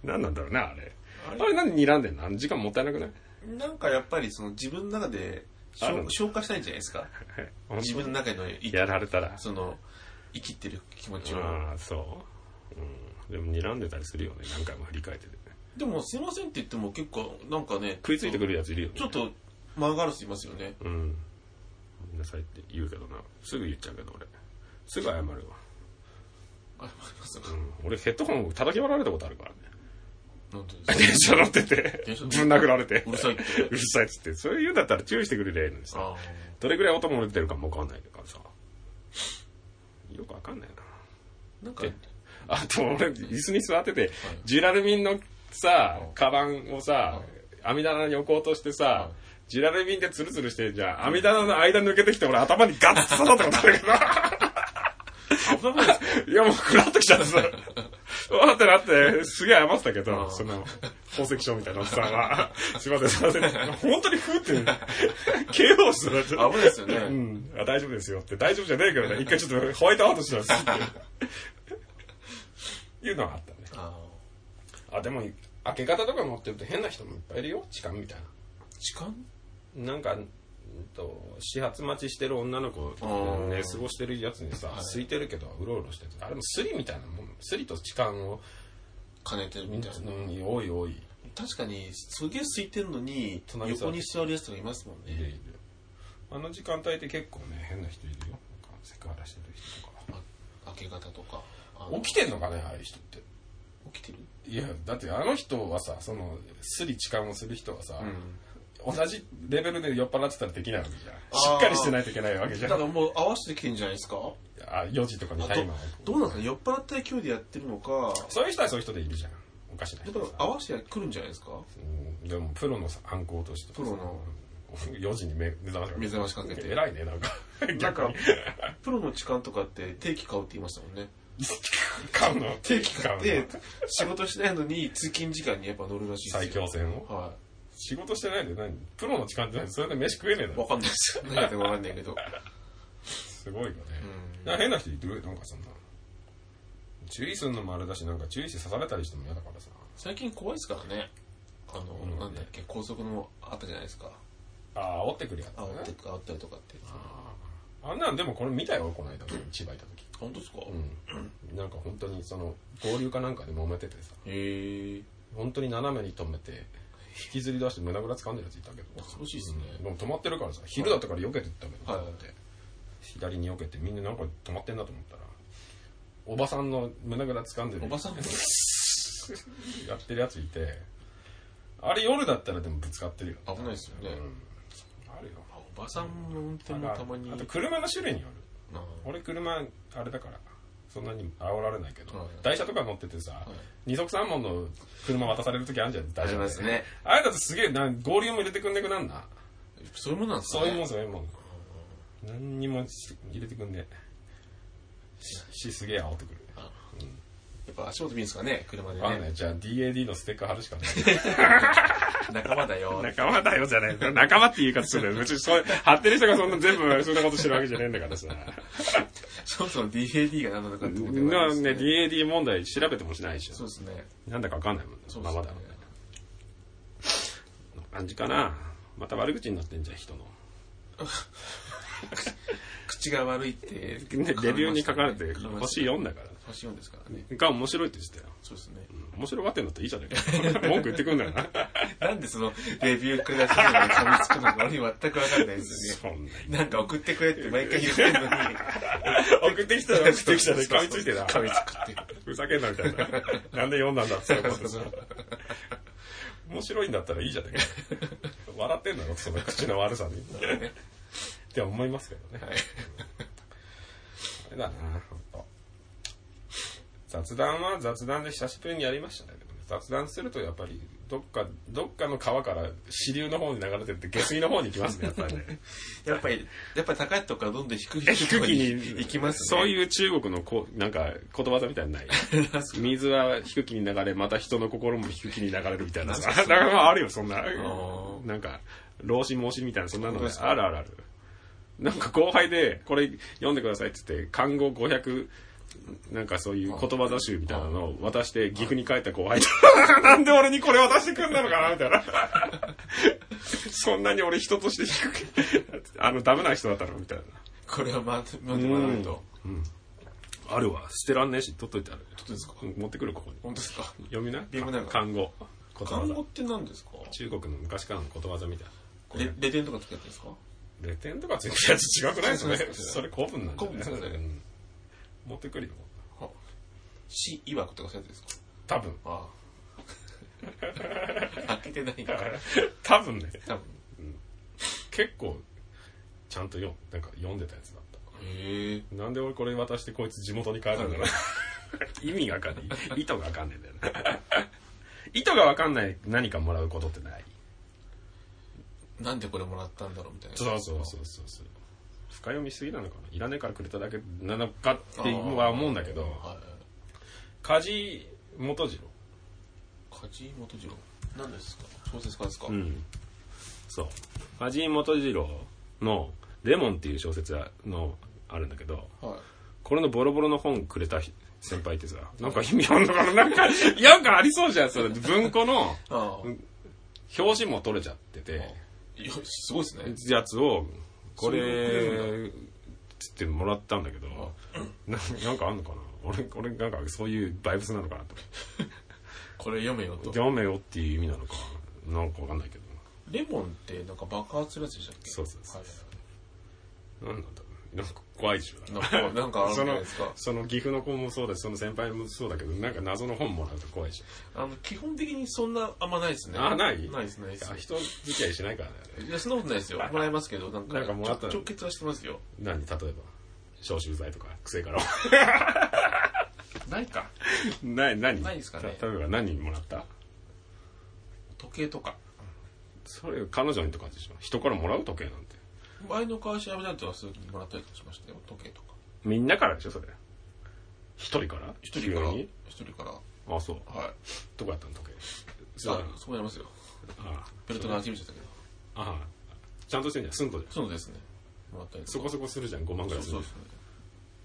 何なんだろうな、あれ。
あ
あ
れ
れなんで睨んでんのあの時間もったいなくない
なんかやっぱりその自分の中で消
あるの
消化したいんじゃないですか自分の中のい
やられたら。
その生きてる気持ちを
ああ、そう。うん。でも睨んでたりするよね。何回も振り返ってて。
でもすいませんって言っても結構なんかね
食いついてくるやついるよね。
ちょっと曲がる人いますよね
うん。ごめんなさいって言うけどな。すぐ言っちゃうけど俺。すぐ謝るわ。
ありますよ
うん。俺ヘッドホンを叩き割られたことあるからね。 <laughs>
なんていうんですか
電車乗ってて
電車乗って
ぶん殴られて
うるさいって
うるさいっつってそれ言うんだったら注意してくれりゃいいのにさ
あ
どれぐらい音漏れてるかもわかんないからさよくわかんないな
ーなんか
であと俺椅子に座っててジュラルミンのさカバンをさ網棚に置こうとしてさジュラルミンでツルツルしてんじゃん網棚の間抜けてきて俺頭にガッツ刺さったことあるけど
危なくないですか
<laughs> いや、もう、くらっときち
<laughs>
ゃってさ、わーってなって、すげえ謝ってたけ
う
ど、
ん
その、宝石商みたいなおっさんが、 <laughs> すいません、すいません、本当にふーって、KO してた。
危ないですよね
うん、あ大丈夫ですよって、大丈夫じゃねえけどね、一回ちょっとホワイトアウトしたんですって。いうのはあったね。
あ
あ、でも、明け方とか持ってると変な人もいっぱいいるよ、痴漢みたい
ー痴漢
な。なんか、うんと始発待ちしてる女の子
うん
寝過ごしてるやつにさ、空いてるけどうろうろしててあれもスリみたいなもんスリと痴漢を
兼ねてるみたいな
うん、多い多い。
確かにすげえ空いてるのに
隣座
横
る
に座るやつとかいますもん
いるい
ね
る。あの時間帯って結構ね、変な人いるよ。なんかセクハラしてる人とか。
あ明け方とかあの
起きてんのかね、ああいう人って。
起きてる
いや、だってあの人はさ、その、すり痴漢をする人はさ、同じレベルで酔っ払ってたらできないわけじゃん。
あー
しっかりしてないといけないわけじ
だ
ゃ
か
ん。
らもう合わせてきてんじゃないですか
あ、4時とかに
あ
タイマー
とどうなんですかね酔っ払った勢いでやってるのか
そういう人はそういう人でいるじゃん。おかしな
だ
人
か
さ
ら合わせてくるんじゃないですか
うんでもプロのさ暗号として
プロの
4時に目目覚まし
目覚ましかけて
偉いねなんか
なん
逆
か
に
プロの痴漢とかって定期買うって言いましたもんね
買うの
定期買
買
っ
うの
て仕事しないのに通勤時間にやっぱ乗るらしいで
最
すよ
強戦を
は
仕事してないで何プロの時間って何それで飯食えねえだ
いわ
ろ
かんないです何やってもわかんないけど
すごいよね
うん
なんか変な人いるなんかそんな注意するのもあれだしなんか注意して刺されたりしても嫌だからさ
最近怖いですからねあの、
ん
なんだっけ高速のあったじゃないですか
ああ煽ってくるやつ
あおっ
ね
てあったりとかって
あーあんなんでもこれ見たよこの間千葉行った時
本当ですか、
うんなんか本当にその合流かなんかで揉めててさ
へえ
本当に斜めに止めて引きずり出して胸ぐら掴んでるやついたけど
恐ろしいですね
うんでも止まってるからさ昼だったから避けてったけど、
はいはい
左に避けてみんななんか止まってんなと思ったらおばさんの胸ぐら掴んでる
おばさんも
やってるやついてあれ夜だったらでもぶつかってるよ
危ないですよね
うんあるよ
あおばさんの運転もたまに
あと車の種類による
あ
俺車あれだからそんなに煽られないけど、
はい
台車とか乗っててさ、二足三本の車渡される時あるじゃん台車
ありますね
あれだとすげえな合流も入れてくんねくなんな
そういうもんなんです
そ
か
う
ね
いうもんそういうもん何にもし入れてくんねししすげえ煽ってくる
あやっぱ足元見るんですかね車で
わかんな
ね
いじゃあ DAD のステッカー貼るしかない
仲間だよ
仲間だよじゃない仲間って言い方するよ別にそう貼ってる人がそんな全部そんなことしてるわけじゃねえんだからさ
そもそも DAD が何なのかってことではない
な
です
ん
ね
で DAD 問題調べてもしないでしょ
そうですね
なんだかわかんないもんね。
そうで
ますま
ね
だ。の感じかな。また悪口になってんじゃん、人の。
口が悪いって
でレビューに書かれて、星
い
4だから。
星4ですからね
が面白いって言ってたよ。
そうですね
面白がってんだったらいいじゃないか。文句言ってくんだよな。 <laughs>
なんでそのレビューくださいに噛みつくのか俺全く分かんないですよね
そんなに。
なんか送ってくれって毎回言ってるのに。
送ってきたら送ってきたら噛みついてな。
噛みつくって。
ふざけんなみたいな。なんで読んだんだって思って <laughs> さ。面白いんだったらいいじゃないか。笑ってんだろ、その口の悪さ <laughs> に。って思いますけどね。
はい
あれだな、ほんと雑談は雑談で久しぶりにやりましたね。でもね雑談するとやっぱり、どっか、どっかの川から支流の方に流れてって、下水の方に行きますね、やっぱりね。
やっぱり、やっぱり高いとこからどんどん低い
低
とこ
き
に
に
行きますね。
そういう中国のこうなんか言葉みたい <laughs> なのない水は低きに流れまた人の心も低きに流れるみたいなさなんかまあある <laughs> よそんな
ー
なんか老子孟子みたいなそんなの
そう
ね
ですか
あるあるあるなんか後輩でこれ読んでくださいって言って漢語500なんかそういう言葉雑集みたいなのを渡して岐阜に帰った後輩に <laughs> なんで俺にこれ渡してくんなのかなみたいな <laughs> そんなに俺人として低くあのダメな人だったのみたいな
これはま、ま、まだないと。
あるわ。捨てらんねえし、取っといてある。
当ですか
うん持ってくる、ここに。
本当ですか
読みな
読みな
漢語。ことわ
漢
ざ
語。って何ですか
中国の昔からのことわざみたいな。これ
レ、レデンとかつけてですか
レテンとかついてるやつ違くないそれ
そうそうそう
それ古文なんだ
古文ですね
うん持ってくるよ。
は死曰くとかそういうやつですか
多分。
あ開けてないから
<laughs> 多分ね
多分
結構ちゃんと読んなんか読んでたやつだっ
へえ
たなんで俺これ渡してこいつ地元に帰るんだろう意味がわかんない意図がわかんないんだよね <laughs> 意図がわかんない何かもらうことってない
なんでこれもらったんだろうみたいな
そうそうそうそうそう深読みしすぎなのかないらねえからくれただけなのかっていうのは思うんだけど
はいはい
梶本次
梶井元次郎何ですか小説家ですか、
郎うんそう梶本次郎の「レモン」っていう小説のあるんだけど
はい
これのボロボロの本くれたひ先輩ってさなんか意味あんのかななんか <laughs> なんかありそうじゃんそれ文庫の
ああ、
表紙も取れちゃってて
いやすごいですね
やつをこ
それをく
れつってもらったんだけどななんかあんのかな俺俺なんかそういうバイブスなのかなと
これ読めよと
読めよっていう意味なのかなんかわかんないけ
レモンってなんか爆発するやつでしたっけ
そうそうそう
はい
どなんなんだろうなんか怖いでしょ
なんかなんかあるんじ
そ
ゃない
の
ですか
その岐阜の子もそうだしその先輩もそうだけどなんか謎の本もらうと怖いでしょ
あの基本的にそんなあんまないですね
あない
ないですないで
いや
す
人付き合いしないからねあれ
いやそんなことないですよもらいますけどなんか
なんかもらったの
ちょ直結はしてますよ
何例えば消臭剤とか癖
<laughs>
から
ないか
ない何
ないですかね
例えば何もらった
時計とか
それ彼女にとかでしょ人からもらう時計なんて
前の会社辞めたりとかする時にもらったりとかしましたよ時計とか
みんなからでしょそれ一人から
一人から
急
一
に
人からは
あそう
いあ
どこやったの時計そうだ
そうやりますよ
あ
ベルトが始めちゃったけど
ああちゃんとしてんじゃんすんとじゃん
そうですねもらったりとか
そこそこするじゃん5万
そ
ぐら
う
いす
そうん
るじゃ
ですね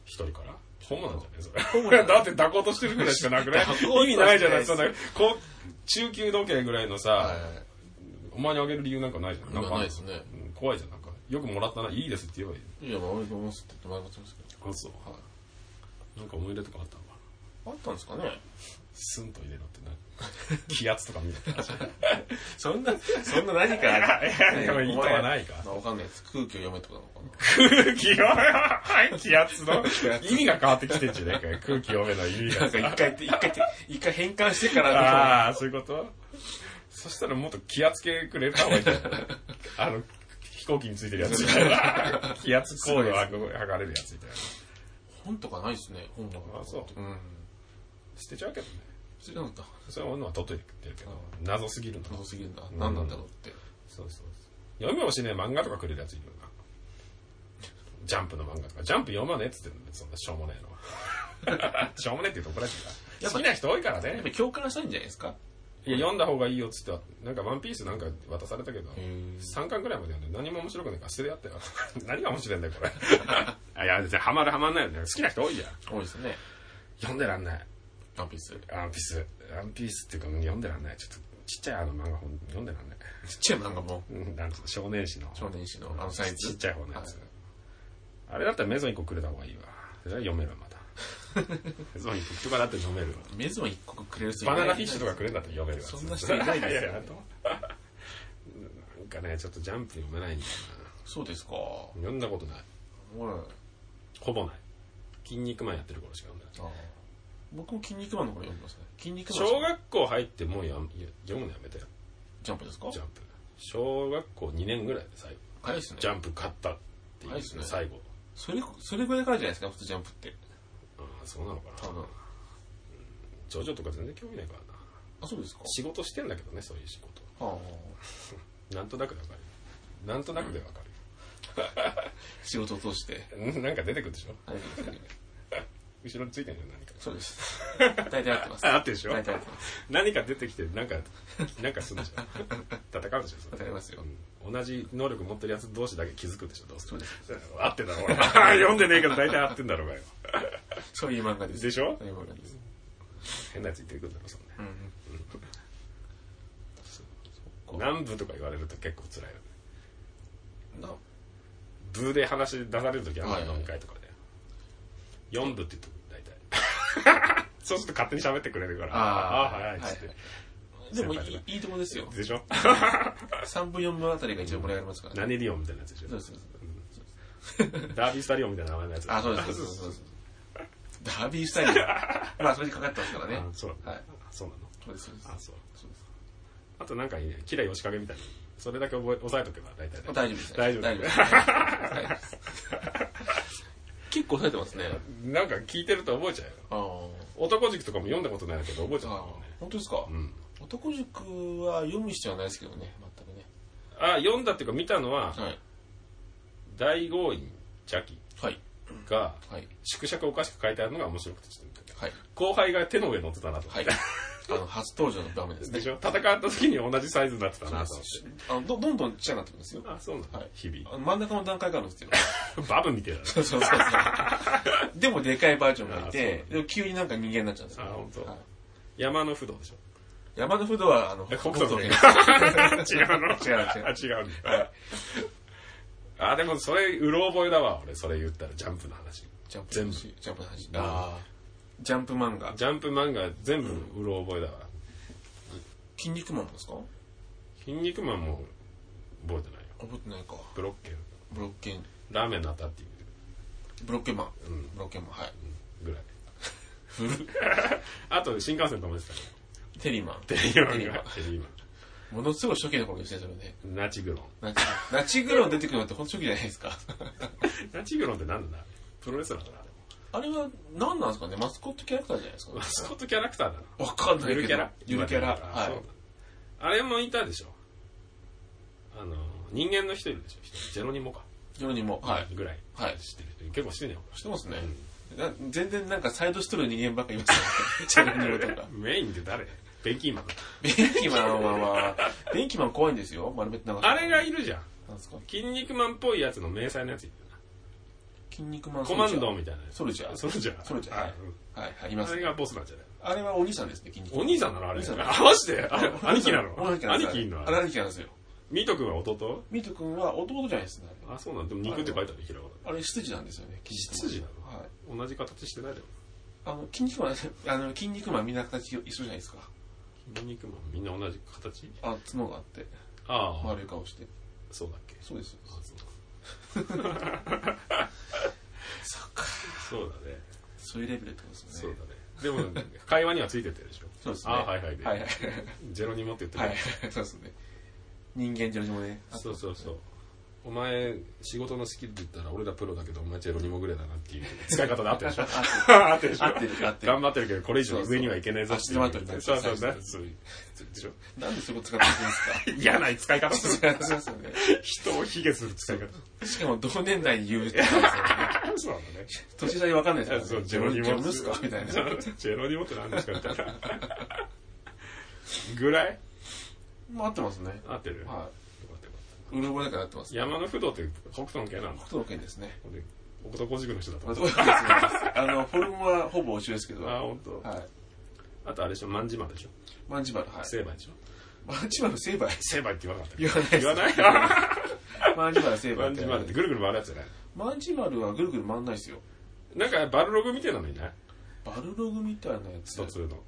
一人から本物なんじゃないそれ。 <laughs> だって抱こうとしてるぐらいしかなくない
抱こうと
意
してない
味ないじゃないそんな、こう、中級時計ぐらいのさ、
はいはい
お前にあげる理由なんかないじゃん。んか
ないですね
うん怖いじゃん、なんか。よくもらったらいいですって言えばいい。
いやまあ俺が思ってってもらいますけ
あ、そう。
どはい
なんか思い入れとかあったのかな
あったんですかね
スンと入れろってな。
<laughs>
気圧とか見なきゃ
そ
<laughs>
んな、そんな何か、
いや意図はないか
<laughs> まあわかんないです。空気を読めとかなのか
空気を、はい気圧の <laughs> 意味が変わってきてんじゃねえかよ空気読めの意
<laughs>
味
な。な
が
んか一回って、一回って、一回変換してから、
ああ、そういうことそしたらもっと気圧計くれた方がいいんじゃ <laughs> ないあの、飛行機についてるやつ <laughs> みたいな。気圧コードが剥がれるやつみたいな。
本とかないですね、本とか。
あそう
うん。
捨てちゃうけどね。
知らなかっ
そういうものは取っといてるけど、謎すぎるんだ
た。謎すぎるんだ。何なんだろうって。
そうそうそう。読みもしねえ漫画とかくれるやついるよな。ジャンプの漫画とか。ジャンプ読まねえっつってんのにそんなしょうもねえ <laughs> の。しょうもねえって言うと怒られてるから。好きな人多いから
や
ね
っぱ。り共感したいんじゃないですか
いや、読んだ方がいいよっつって、なんかワンピースなんか渡されたけど、
ん
3巻ぐらいまで読んで何も面白くないから捨ててやったよ。 <laughs> 何が面白いんだよ、これ。 <laughs> あいや、別にハマるハマんないよね。好きな人多いじゃん。
多いですね。
読んでらんない。
ワンピース。ちっ
ワンピース。ワンピースっていうか、うん読んでらんない。ちょっと、ちっちゃいあの漫画本読んでらんない。
ちゃい漫画も、
うん、なんか少年誌の。
少年誌のあのサイズ。
ちっちゃい方のやつ。
はい
あれだったらメゾン1個くれた方がいいわ。それは読めるわ、ま <laughs> だ。メゾン1個とかだって読めるわ。
メゾン一個くれる人いな
バ
い
ナナフィッシュとかくれんだったら読めるわ。
そんな人いないですよ
やややとなんかね、ちょっとジャンプ読めないんだよ
そうですか。
な。読んだことない。
ほら。あ
ほぼない。筋肉マンやってる頃しか読んでない。
あ僕も筋肉マンの頃読んでますね。筋肉マン。
小学校入ってもうや読むのやめたよ、
ジャンプですか
ジャンプ。小学校2年ぐらいで最後。
早いですね
ジ。ャンプ買ったっていう
はいっすね
最後。
それ、それぐらいからじゃないですか、普通ジャンプって。
ああ、そうなのか
多
な。
分。
ジョジョとか全然興味ないからな。
あ、そうですか。
仕事してんだけどね、そういう仕事。
ああ
なんとなくでわかる。なんとなくでわか
仕事を通して。
る。うんなんか出てくるでしょ
はい
後ろについてるじゃん、何か。
そうです。大体合ってます。
あ合ってるでしょ
大体合ってます。
何か出てきてなんか
<laughs>
なんかするんじゃん戦うでしょそれ
戦いますよ
うん同じ能力持ってるやつ同士だけ気づくでしょどうせ
そうで
合ってんだろ俺 <laughs> 読んでねえけど大体合ってん
<laughs>
だろうがよ
そういう漫画です。
でしょ
そういう漫画です。
変なやつ言ってくるんだろそんな、
うん。
<laughs> 南部とか言われると結構辛いよね
な
部で話出される時は
はいはい
何回とかで、四部って言っとく大体
<laughs>
そうすると勝手に喋ってくれるから
あー
あーはいはいっつって、
はいでもい
先輩とか
い、いいとこですよ。
でしょ
3分4分あたりが一応盛り上がりますからね。
何リオンみたいなやつでしょ
そうですそう
<laughs> ダービースタリオンみたいな名前のやつ
あ、そうです。そうですそうです。ダービースタイル。まあ、それにかかってますからね
<laughs> あ。そう
はい。
そうなの
そうです。そうです
あそう
そうです
あとなんかいいね、キラヨシカゲみたいな。それだけ覚え、押さえとけば大体だ。
大丈夫です。
大丈夫
大丈夫です。大丈夫です結構されてますね。
なんか聞いてると覚えちゃうよ。
あー
男塾とかも読んだことないけど覚えちゃった
あ
もんね。
本当ですか、
うん。
男塾は読む必要はないですけどね、全くね。
あ、読んだっていうか見たのは、
はい。
大豪院邪気
はい。
が、
はい。
縮尺おかしく書いてあるのが面白くてちょっと見た
はい。
後輩が手の上に乗ってたなと。
はい。あの、初登場の場面です <laughs> ね
で。しょ戦った時に同じサイズになってたなと思って。
あのどどんどんちっちゃくなってくるんですよ。
あ、そうなの、
はい
日々。
あの真ん中の段階からですよ。
バブみたいだね。
そうそうそうそう。でもでかいバージョンがい
あそうな
て
ん、だ
でも急になんか人間になっちゃうんですよ。
あ本当
はい
山の不動でしょ。
山の不動は、あの、
え北斗の拳
拳。
違うの
違う違う
あ、違うんだあ、でもそれ、うろ覚えだわ、俺。それ言ったら、ジャンプの話。
ジャンプ
全部
ジャンプの話。ああ。ジャンプ漫画。
ジャンプ漫画全部うろ覚えだわ。
筋肉マンもですか
筋肉マンも覚えてないよ。
覚えてないか。
ブロッケン。
ブロッケン、
ラーメンのあったっていう
ブロッケンマン。
うん
ブロッケンマン、はい。
ぐらい。 <laughs> あと、新幹線止めてたね。
テリーマン。
テリマンが。テリーマ
ものすごい初期の頃ですね、それね。
ン。ナチグロン。
ナチナチグロン出てくるのってほんと初期じゃないです
<laughs>
か。
ナチグロンってなんだプロレスラーだな。あれ
あれは何なんですかねマスコットキャラクターじゃないですか
マスコットキャラクターだな。
わかんないけど。
ゆるキャラ
ゆるキャラ。
あ
は
そう
い
なん。だあれもいたでしょあの人間の人いるでしょ人ジェロニモか
世にも。はい。
ぐらい
はい
知ってる人結構知ってんね
してますね。な全然なんかサイドしとる人間ばっかいますね。 <laughs> チャンネルと
<laughs>
か。
メインって誰ベンキーマン
ベンキマンは、ベンキマン怖いんですよ。丸めて流す。
あれがいるじゃん
なんですか
筋肉マンっぽいやつの迷彩のやついるよな
筋肉マン
コマンドみたいなやつ
ソルジャー
ソルジャー
ソルジャー
はい
はい、はい、い
うん
ま
あ
す
れ
ね。
がボスなんじゃない
あれはお兄さんですね、筋肉マン
お兄さんなのあれ
お兄さん
あマジであれ兄貴なの
お兄さん
兄貴いんの
あれ兄貴なんですよ。
ミト君は弟
ミト君は弟じゃないですね。
あそうなんでも肉って書いてあるひらがな
あれ、執事なんですよね。筋肉マン
執事な
はい。
同じ形してないだろ
あの、筋肉マン、 <laughs> あの、筋肉マンみんな形一緒じゃないですか。
筋肉マンみんな同じ形
あの、角があって、
ああ
丸い顔して。
そうだっけ
そうですよ。
あそうそうだね
そういうレベルってことです
そう
よ
だ
ね
ね。でも会話にはついてってるでしょ
そうですね。
あはいはいで、
はいはい。
ジェロニモって言ってる、
はい、 <laughs> そうですね。人間上にもね。
そうそうそうお前仕事のスキルって言ったら俺らプロだけどお前ジェロニモぐらいだなっていう使い方で合って <laughs> るでしょ合ってるでしょ
合ってる合ってる
頑張ってるけどこれ以上上にはいけないぞっていう
そうそうあ
そう
縮
そう
まっとる
そうそうでしょ
なんでそこ使っていくんですか
嫌な使い方する
そうですよね。
<laughs> 人を卑下する使い
<laughs>
方
しかも同年代に言うってことですよね。
そうなんだね
<laughs> 年代わかんないですか
そ
ら
う、
ね。
ジェロニモ。
ですかみたいな。
ジェロニモって何ですかみたいな。ぐらい
もう合ってますね。
合ってるよか
は
ったよかっ
い。うろ覚えだから合ってます。
た山の不動って北斗の系なの
北斗の拳ですね。
俺、男塾の人だと
まあ
思っ
どういうことですかあの、フォルムはほぼ一緒ですけど。
た。あ、
は
ほん
い
と。。あとあれでしょ、万事丸でしょ。
マンジバル、はい。
成敗でしょ。
マンジバル成 <laughs> 敗
成敗って言わなかった
言わないです
言わない <laughs>
マンジバル成敗
万事丸ってぐるぐる回るやつじゃない
マンジバルはぐるぐる回んないですよ。
なんかバルログみたいなのいない
バルログみたいなやつ
一。つの。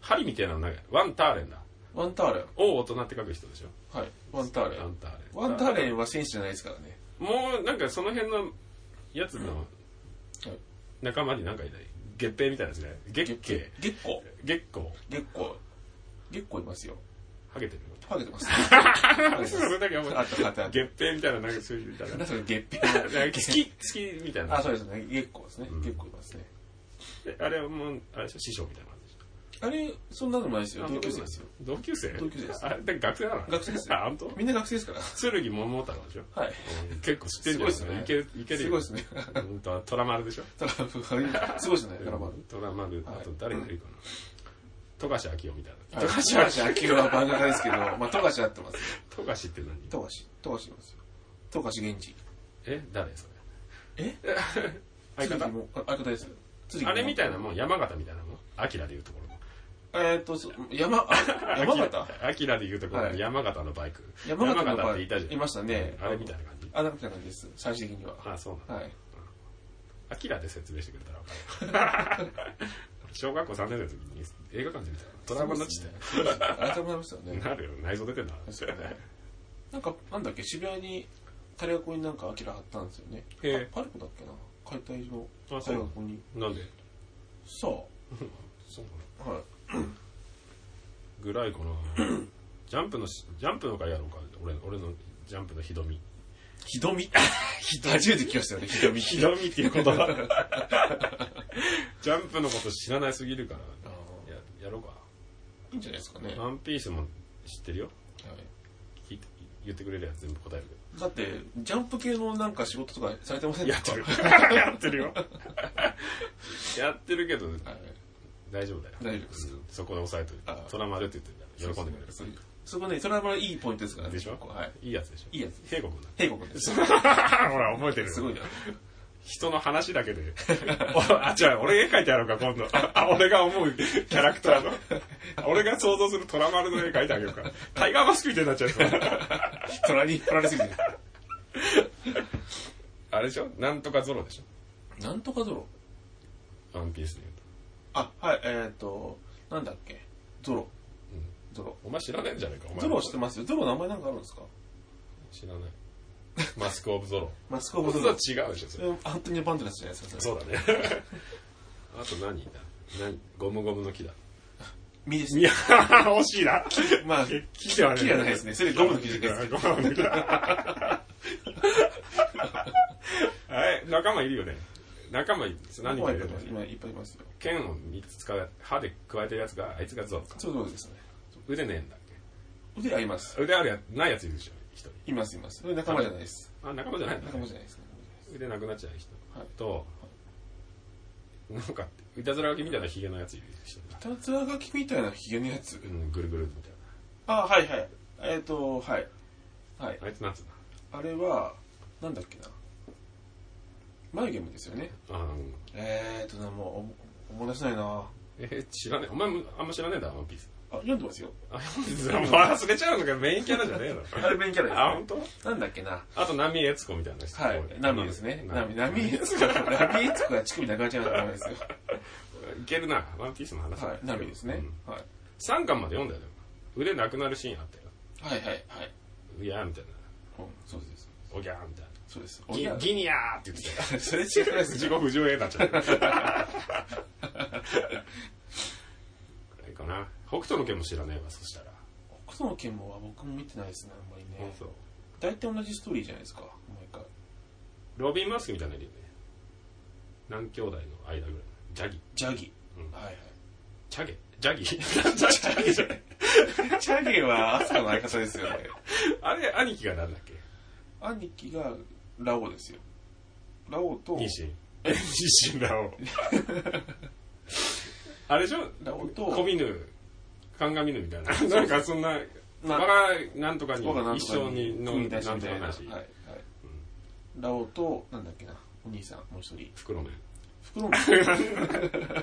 針みたいなのないワンターレンだ。
ワンターレン。
王大人って書く人でしょ。
はい。ワンターレ
ワ
ン
ン。ターレン。
ワンターレンは選手じゃないですからね。
もうなんかその辺のやつの
はい
仲間になんかいない月平みたいなやつね月
月
経
光。月光。
月光
月光。月光いますよ。
ハゲてる
ハゲてます。
それだけ思う
あったあったあった
月平みたいななんかそういうみたいな
なんかそれ月
なん
平。
か月月みたいな
あ、そうですね。月光ですね。月光いますね。
あれはもうあれでしょ師匠みたいな感じでし
あれ、そんなのもないですよ。
ょ
同級生ですよ。
同級生
同級生です
あだから学生なの
学生ですよ
あ本当
みんな学生ですから。
剣桃太郎でしょ
はい。
うん結構知ってるじゃん
すごいっすね
けるいける
すごいっすね
うんと虎丸でしょ
だから、すごいですね。ドラマ。
虎丸あ
はい
と誰がいるかな富樫明夫みたいな
富樫明夫は漫画家ですけど、まあ、富樫合ってますよ。
富樫って何
富樫。富樫いますよ。富樫源氏。
え誰それ <laughs>
え
相
剣
方
も、あ相方です。
あれみたい
な。
なもん山形みたいなもんアキラでいうところの
えーっと、そ山、あ山形
アキラでいうところ
は
の
い
山形のバイク
山形の場
っ
合
ていたじゃん
いましたね。
あれみたいな感じ
あ、なんかみたいな感じです。最終的には。
あそうなの
はい。
アキラで説明してくれたら分かる <laughs> 小学校3年生の時に映画館で見たらトラウマになっちゃっ
ありがとうございました
て <laughs>
ね。
なるよ内臓出てんだ
そうですねなんか、なんだっけ、渋谷に、タレアコになんかアキラ貼ったんですよね。
へえ
パパルコだっけな解体の
あ
タ
そう
レ
な
ア
の
コに。
なんで
さ
そう
あ、
なの
はい。 <laughs>
ぐらいかなジャンプのし、ジャンプの回やろうか。俺の、俺のジャンプのひどみ。
<laughs> ひどみ。初めて聞きましたよね、ひどみ。
ひどみっていう言葉。 <laughs> ジャンプのこと知らないすぎるから。
あー
や、やろうか。
いいんじゃないですかね。は
ワンピースも知ってるよ。
い
聞いて言ってくれれば全部答えるけ
だって、ジャンプ系のなんか仕事とかされてませんで
ど。やっ
してた
る。 <laughs> やってるよ。やってるけど、
はい
大丈夫だよ。
大丈夫です
うんそこで押さえとい
あ
て。虎丸って言って喜んでくれる。
そうそうそこね、それはまあいいポイントですからね。
でしょ
はい。
いいやつでしょ。
いいやつ
平国だ。
帝国
<laughs>
です。
ほら、覚えてる。
すごいな。
人の話だけで。 <laughs> おあ、違う、俺絵描いてやろうか、今度。あ、俺が思うキャラクターの。俺が想像する虎丸の絵描いてあげようか。タイガーマスクみたいになっちゃう。
虎に引っ張られすぎて。
<laughs> あれでしょなんとかゾロでし
なんとかゾロ。
ょワンピースで言うと。
あ、はい、えっ、ー、と、なんだっけ。ゾロ。
う
ゾロ。
ん。お前知らないんじゃないか、お前。
ゾロ知ってますよ。ゾロ名前なんかあるんですか
知らない。マスクオ
<laughs>
ブゾロ。
マスコブ
そ
ゾ
うは
ロ。
違うでしょ、それ。
うんアントニオ・バンデラスじゃないですか。。
そううだね。
<laughs>
あと何だ何ゴムゴムの木だ。
ミです
い
ね。
や、惜しいな。
まあ、
木では
木じゃないですね。それゴムの木じゃないです。
ゴムの木はい、仲間いるよね。仲間いる。何人
今
か
い
い
っ
る
ぱ
よ
い
ね。
いますよ。
剣を3つ使う、歯で加えてるやつが、あいつがゾウか。
そういうことですね。
腕ねえんだっ
腕合います。
け。腕あるやつ、ないやついるでしょ、一人。
います、います。それ仲間じゃないです。
あ、仲間じゃないんだ
仲間じゃないです。
腕なくなっちゃう人
はい
と、なんか、いたずら書きみたいなヒゲのやついる人。
たつら書きみたいなヒゲのやつ
う。ん、ぐるぐるみたい
あ、はいはい。えっ、と、はい。はい。
な。あいつなんつうんだ。
あれは、なんだっけな。眉毛もですよね。
あうん
えーと、なもう、思い出せないなあ、
え、知らねえ。お前もあんま知らねえんだ、ワンピース。
読んでますよ。
あ、もう忘れちゃうのか、メインキャラじゃねえの。
あれ、勉強
あ、
だ
本当？
す。なんだっけな。
あと、波江悦子みたいな人。
はい。波ですね。波、波エツコ。波エツコが乳首なくなっちゃうの <laughs> はダメですよ。
いけるな、ワンピースの話。
はい。波ですね。はい。
3巻まで読んだよ、でも腕なくなるシーンあったよ。
はいはいはい。
うやーみたいな。
うん、そうです。
おぎゃーみたいな。
そうです。おぎゃ
ギギニャーって言ってたよ。
<laughs> それ違うやつ
自己不条になっちゃう。これかな。北斗の拳も知らねえわ、そしたら。
北斗の剣もは僕も見てないですね、あんまりね。
そう
大体同じストーリーじゃないですか、毎回。
ロビン・マスクみたいなのいるよね。何兄弟の間ぐらい。ジャギ。
ジャギ。
うん
はい <laughs> はい。
チャゲジャギ <laughs> ジャギじゃない
チャゲは朝の相方ですよね。
あれ、兄貴がなんだっけ
兄貴がラオウですよ。ラオウと、
ニシン。ニシンだろ。 <laughs> あれでしょ
ラオウと、
小犬、カンガミヌみたいな。 <laughs> なんかそんな、
な
我がなんとかに
僕はなんと
一
か
緒にの
組み出し
なん
み
と
た
か
いな。は
話
い。。はいラオウと、なんだっけな、お兄さん、もう一人。
袋麺。
フクロウの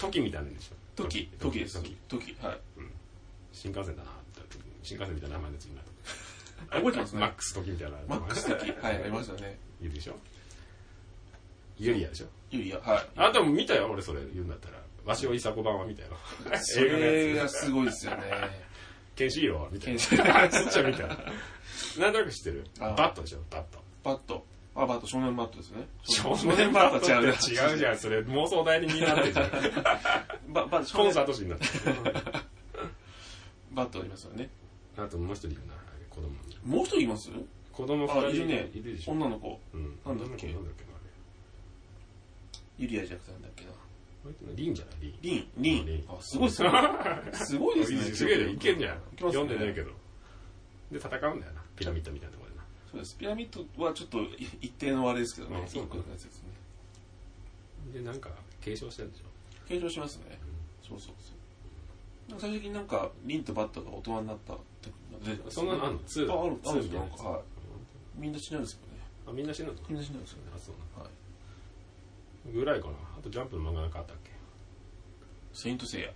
トキみたいなんでしょ
トキ、トキです。トキ。トキ。はい。
新幹線だなって言った時に新幹線みたいな名前の次になっ
覚えてます
マッ
ね。
クストキみたいな。
マックス的。はい、ありましたね。
いるでしょユリアでしょ
ユリア、はい。
あ、でも見たよ、俺それ言うんだったら。わしをいさこ版は見たよ。
そ
映画の
れ
や
が
つ。
すごいですよね。
ケンシーローは見たよ。
剣士
そっちは見たよ。なんとなく知ってる。
あー
バットでしょ、バット。
バット。あ、バット、少年バットですね。
少年バット違う
な
違うじゃん、それ妄想代理人になってるじゃん。
ババット、
コ
少
ン
年
サート誌になって
バットありますよね。
る。あともう一人いるな、子供。
もう一人います
子供
あ、
二
い
人
るね
いるで。しょ。
女の子。
うん。
なんだっけ
なんだっけな、あれ。
ユリアじゃなくてなんだっけな。
これってねリンじゃないリン。
リン、リ
リン
ン。あ、すごいっすね。すごいですね。
<laughs> すげえね、いけんじゃん
い。けますね
読んでないけど。で、戦うんだよな。ピラミッドみたいなところでな。
そうです。ピラミッドはちょっとい一定のあれですけどね。
あそうか
一個のやつですね。
で、なんか、継承してるでしょ。
継承しますね。そうそうそう。なんか最終的になんか、リンとバットが大人になったってことが出てます
そ
ね
んなのあんの
あ、
?2
ある、あるん
み
です
たい
よ。な
なや
ん
つ
か、はい。みんな死なんですよね。
あ、みんな死ぬのか
みんな死なんですよね。
あ、そう
はい。
な。ぐらいかな。あと、ジャンプの漫画なんかあったっけ
セイントセイヤ。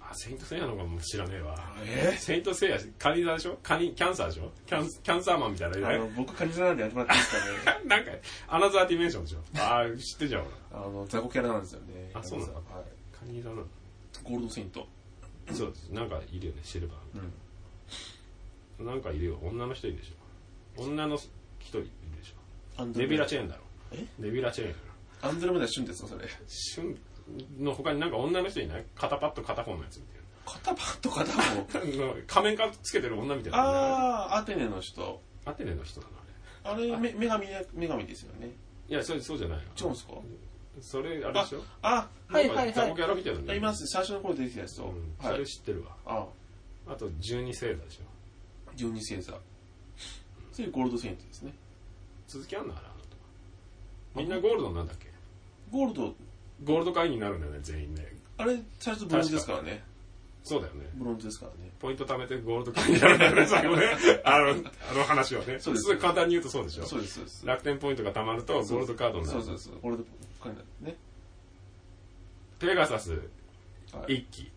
あ、セイントセイヤの方がもう知らねえわ。
え
セイントセイヤ、カニ座でしょカニ、キャンサーでしょキャン、キャンサーマンみたいな
あ
ね。
の、僕、カニ座なんでやってもらっていいですかね。 <laughs>
なんか、アナザーディメンションでしょあー、知ってんじゃん、俺。
あの、雑魚キャラなんですよね。
あそうなんだ
はい。
カニ座なの。
ゴールドセイント。
そうです。なんかいるよね、シルバーみたいな。
うん。
なんかいるよ、女の人いるでしょ。女の人いるでし
アン
ょ。
ド
ネ
レ
ビ
メ
ラ
ダ
チェーンだろ。
え
ネビラチェーンやろ。
アンドレメダ旬ですか、それ。
シュンの他になんか女の人いない片パッと片方のやつみたいな。
片パンと片
<laughs>
パンを
仮面かつけてる女みたいなね
ああアテネの人
アテネの人なのあれ
あれめ女神や女神ですよね
いやそれそうじゃない
違うんですか
それあれでしょ
ああはいはい
ザ
は
コキャラみたいなの
いいます最初の頃出てきたやつと、
うんそ
はい
れ知ってるわ
あ
あと十二星座でしょ
十二星座それゴールドセイントですね
続きあんのかなあのとみんなゴールドなんだっけ
ゴールド
ゴールド会員になるんだよね全員ね
あれ最初ブロンズですからね
そうだよね
ブロンズですからね
ポイント貯めてゴールド会員になるんだ
<laughs>
よね最後ねあのあの話はね
そうです
ごい簡単に言うとそうでしょ
そうですそうです
楽天ポイントが貯まるとゴールドカードにな
そう
る
そうそうゴールドカードになるね
ペガサス
はい
一機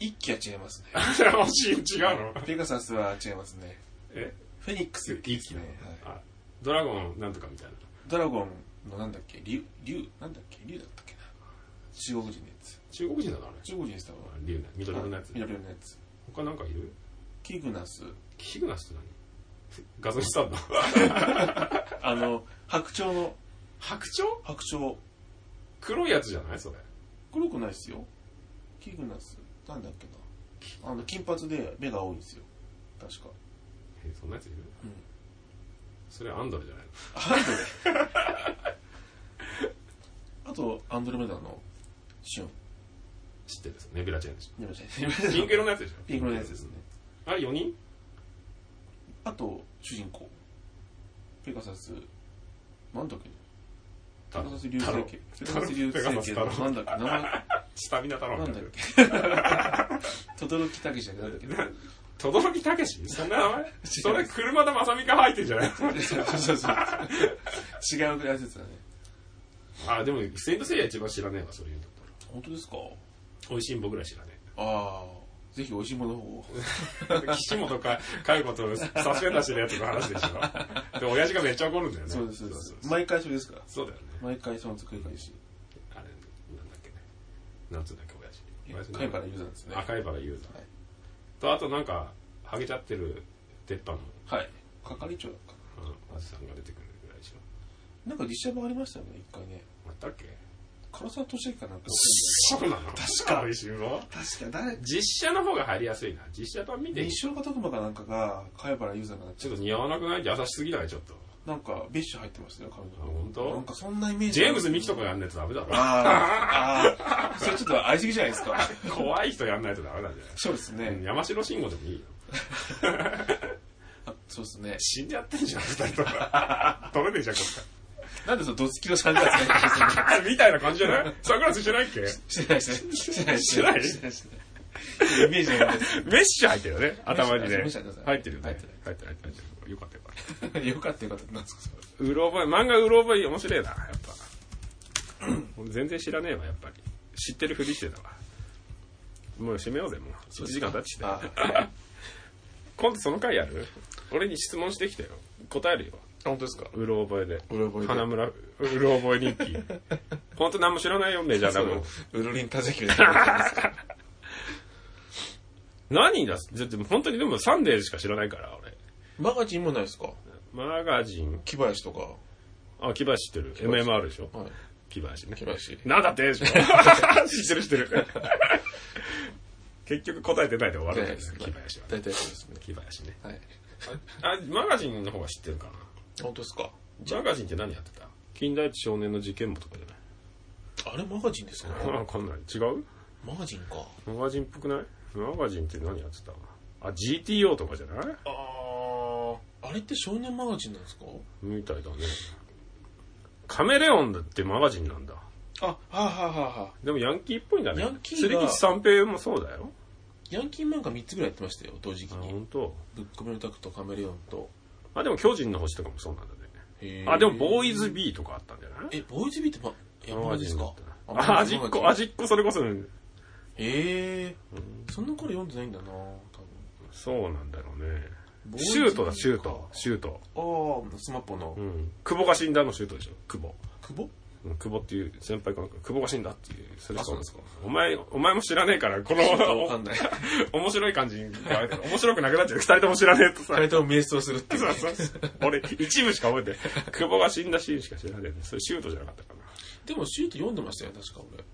一機は違いますね
<laughs> あれ欲しい違うの
ペガサスは違いますね
え
フェニックス
一機な
ね
の、
はい
あドラゴンなんとかみたいな
ドラゴンのなんだっけ竜竜なんだっけ竜だったっけな中国人のやつ
中国人なのあれ
中国人でしたわ
あ竜ね緑色のやつ
緑色のやつ
他なんかいる
キグナス
キグナスって何画像したんだ
あの白鳥の
白鳥
白鳥
黒いやつじゃないそれ
黒くないですよキグナスなんだっけなあの金髪で目が多いんですよ確か
えそんなやついる、
うん
それアンドレじゃない
アンドレあとアンドレメダのシュン
<laughs> 知ってるですネビュラチェーンでし
見まし
ょ
た
ピンク色のやつでしょ
ピンクのやつですね
あれ4人
あと主人公ペガサスなんだっけペ
太
ガ
郎
サス流星系ペガサス流
ペガサ
星
ス
系
太
の
郎
なんだっけ名前
スタミナ太郎
なんだっ
<laughs>
け轟たけしじゃなくて
な轟きたけしそんな名
<laughs>
前それ車田正美が入ってんじゃない
そうそうそう違うやつですよね
あでもセイントセイヤ一番知らねえわそれ言うんだったら
本当ですか
美味しんぼぐらい知らね
ああぜひ美味しいものを
え岸本か海保とサスペンダーしてるやつの話でしょで親父がめっちゃ怒るんだよね
そうですそうです
そう
毎回それですから
そうだよね
毎回その作り返し
あれなんだっけねなんつうんだっけ親父親父の
貝原ユーザーですね
赤いバラユーザー、
はい
とあとなんかハゲちゃってる鉄板の
はい係長だったか
あのおじさんが出てくるぐらいでしょ
ななんか実写版ありましたよね一回ね
あったっけ
唐沢俊明かなんか
そうなの確か美味しいも
確か誰
実写の方が入りやすいな実写版見て
西岡徳馬かなんかが貝原ユーザーになっち
ちょっと似合わなくない優しすぎないちょっと
ゃなんかビッシュ入ってましたよ彼
あ
女
本
な
当
んかそんなイメージ
ジェームズ・ミキとかやんないとダメだろ
あーあーそれちょっと合いすぎじゃないですか
<laughs> 怖い人やんないとダメなんじゃない
そうです
うん
ね
山城慎吾でもいいよ
あそうですね
死んじゃってんじゃん二
<laughs>
人とか取れねえじゃんこ
なんでそのドツキの3月ない
っから <laughs> みたいな感じじゃないサングラスしてないっけ
してないしてないしてないしてないしてないイメージがないです
メッシュ入ってるよね頭にね
メッシュ入ってます
入ってるよね
入
入
っ
ってて
る
る入ってる入ってるよかったよかっ
<laughs>
た
よかったよかったなんですかそれ
うろ覚え漫画うろ覚え面白いなやっぱ俺全然知らねえわやっぱり知ってるふりしてたわもう閉めようぜもう1時間経ってきて
あ
今度その回やる俺に質問してきてよ答えるよ
本当ですか
うろ覚えで
うろ覚えで
花村うろ覚え日
<laughs>
記本当何も知らないよメジャーなもん
ウルリン田崎みたいな
何だだって本当にでもサンデーしか知らないから俺
マガジンもないですか
マガジン
木林とか。
あ木橋知ってる MMR でしょ
はい。
木林ね
木林
なんだって
<laughs>
でしょ知ってる知ってる結局答えてないで終わるんだけど木林はね
大体そうですね。
木林ね
はい。
あマガジンの方が知ってるか
本当ですか
なマガジンって何やってた近代一少年の事件簿とかじゃない
あれマガジンですか
わかんない違う
マガジンか。
マガジンっぽくないマガジンって何やってたあ GTO とかじゃない
あー。あれって少年マガジンなんですか
みたいだねカメレオンだってマガジンなんだ
あ、はあ、はあはあはあ、
でもヤンキーっぽいんだね
ヤンキー
釣
が
り口三平もそうだよ
ヤンキー漫画3つぐらいやってましたよ、同時期
あ
に。
本当。
ブックメンタクとカメレオンと。
あでも巨人の星とかもそうなんだね
へ
あでもボ
イ。
ーイズ B とかあったんじゃない
え、ボーイズビーってま、いや、マガジンですか
あ味っ子
マガジン
味っ子それこそね
へえ。そんな頃読んでないんだな多
そうなんだろうね
分。
シュートだシュー
ボ
ト
イズ
シュート
ビーか。ああ、スマップの
う。ん久保が死んだのシュートでしょ久保
久保
うん久保っていう先輩かなんか久保が死んだっていうそれし
あそうなんですか
お前お前も知らねえからこの
わかん <laughs> ない。
<laughs> 面白い感じに変わるけど面白くなくなっちゃう。二人とも知らねえとさ。 <laughs>
二人とも瞑想するっていう
そうそうそう俺、一部しか覚えてない。久保が死んだシーンしか知らねえね。それシュートじゃなかったかな。
でもシュート読んでましたよ、確か俺。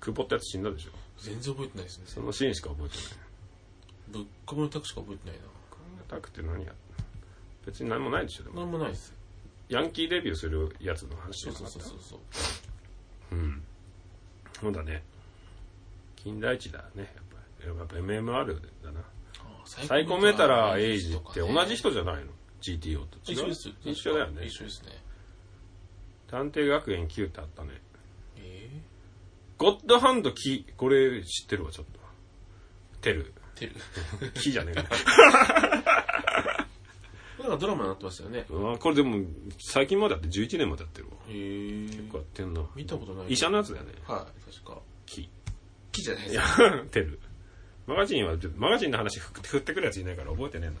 久保ってやつ死んだでしょ
全然覚えてないですね
そのシーンしか覚えてない
ぶっこぼのタクしか覚えてない
こんなタクって何や別に何もないでしょで
な
も
なんもないです
ヤンキーデビューするやつの話
そ
で
う
す
そ
か
う
った
そうそうそう
うんそうだね金田一だねやっぱりやっぱ MMR だな
あー
サイコメタラーエイジ
と
っ
か
て
ね
同じ人じゃないの GTO と違う
一緒ですよ
一緒だよね
一緒ですね
探偵学園9ってあったね
え
ゴッドハンドキこれ知ってるわちょっとテル
ーテル
キじゃね
<laughs>
えか
なんかドラマになってましたよね
うわこれでも最近まであって11年までやってるわ
へえ
結構やってんな
見たことない
医者のやつだよね
はい確か
キ
木じゃないで
い
す
や
か
テルマガジンはちょっとマガジンの話振って振ってくるやついないから覚えてねえんだ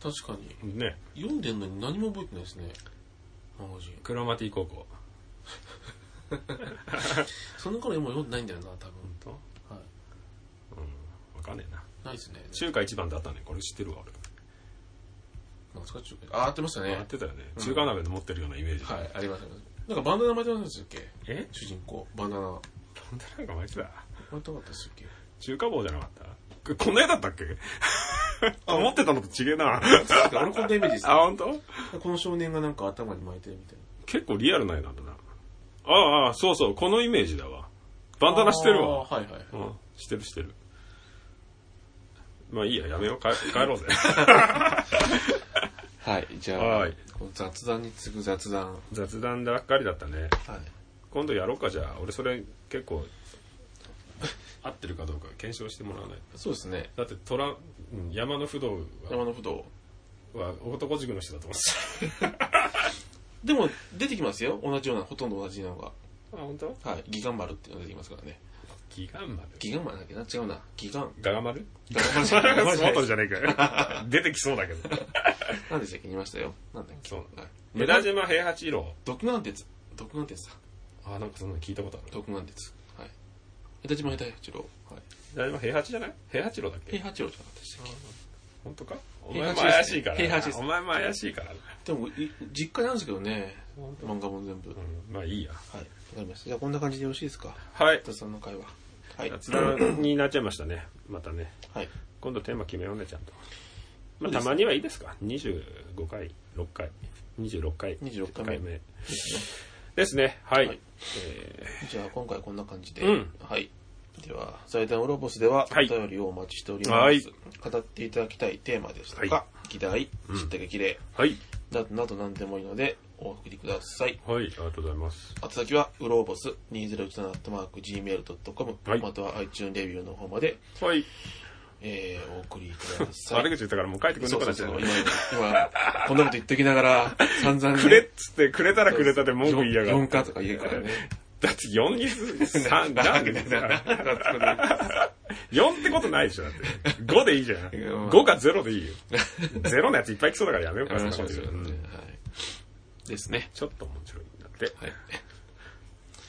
確かに
多分ね
読んでんのに何も覚えてないですねマガジン
クロマティ高校
その頃もう読んでないんだよな多分
と
はい
分かんねえな
ないですね
中華一番だったねこれ知ってるわ俺
なんか中華ああってましたね
やってたよね中華鍋で持ってるようなイメージ
はいありますありますなんかバンダナ巻いてませんでしたっけ
え
主人公バンダナ巻
なんでなんか巻い
い
てた
てなかった <laughs> ですっけ
中華棒じゃなかったここんな絵だったっ <laughs> け思ってたのと違えな
確か俺こんなイメージです
<laughs> あ本当？
この少年がなんか頭に巻いてるみたいな
結構リアルな絵なんだなああああそうそうこのイメージだわバンダナしてるわ
あーはいはい、
うんしてるしてるまあいいややめよう帰帰 <laughs> ろうぜ
はいじゃあ、
はい
この雑談に次ぐ雑談は
雑談ばっかりだったね
い
今度やろうかじゃあ俺それ結構 <laughs> 合ってるかどうか検証してもらわないと
そうですね
だって虎うん山の不動
山の不動
はは男塾の人だと思って
でも出てきますよ同じようなほとんど同じなのが
たあ本当？
はいギガン丸っていうのが出てきますからね
ギガンマル
ギガン丸だっけな違うなギガン
ガガマル
ガガマルじ
ス
ゃ
モ
ない
<laughs>
ガガマルじゃない
トルじゃねえ
<laughs>
かよ出てきそうだけど
何でしたっけ見ましたよなんだっけ
そう
はい
江田島平八郎
独眼鉄独眼鉄だ
あなんかそんなの聞いたことある
独眼鉄はい江田島江田八郎はい
江田島平八じゃない平八郎だっけ
平八郎じゃなかったでしたっ
本当かお
平
前
八
も
ですね
怪しいから
平
な
八です
お前も怪しいからな
けでもい実家なんですけどね
本当
漫画も全部、はい
うんまあいいや
わかりましたじゃあこんな感じでよろしいですか
はい
達さんの会話はい
雑談になっちゃいましたねまたね
はい
今度テーマ決めようねちゃんとまあ
そうです
たまにはいいですか25回6回26回
26回目
目ですねはい、
はい
え
じゃあ今回こんな感じで、
うん
はいでは財団ウロボスでは
はい
お便りをお待ちしております、
はい
語っていただきたいテーマでした
は
か、議題
ん
知った激励
ーはい
などなど何でもいいのでお送りください
はいありがとうございます
宛先はウローボス 2017-gmail.com、
はい
または iTune レビューの方まで、
はい
えー、お送りください
悪口言ったからもう帰ってくん
そ
な
う
く
そ
な
う
っち
そ
ゃ
う
う
今今こんなこと言ってきながら散々、ね、
くれっつってくれたらくれたで文句言いやが
4
って
かとか言うからね
だって4に3なんで4ってことないでしょ
<laughs>
だって5でいいじゃん
や
5か0でいいよ0のやついっぱい来そうだからやめよう
や
か
めまし
そ
ょ
ん
う
なこと
よ、
言うのう
は
ん
い。ですね。
ちょっと面白いんだって
はい。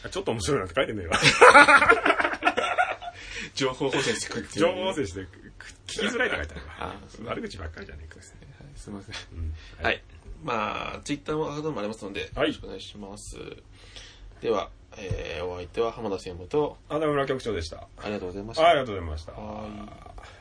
あちょっと面白いなんて書い
<laughs>
てねえわ
情報補正してくっていう
情報補正してく聞きづらいとか書いてあ
あそ
る
う
わ悪口ばっかりじゃねえか
はいすみません。
うん
はい。まあ、ツイッターのアカウントもありますので、よ
はい
ろしくお願いします。では、えーお相手は浜田専務と、
穴村局長でした
ありがとうございました。
ありがとうございました
はい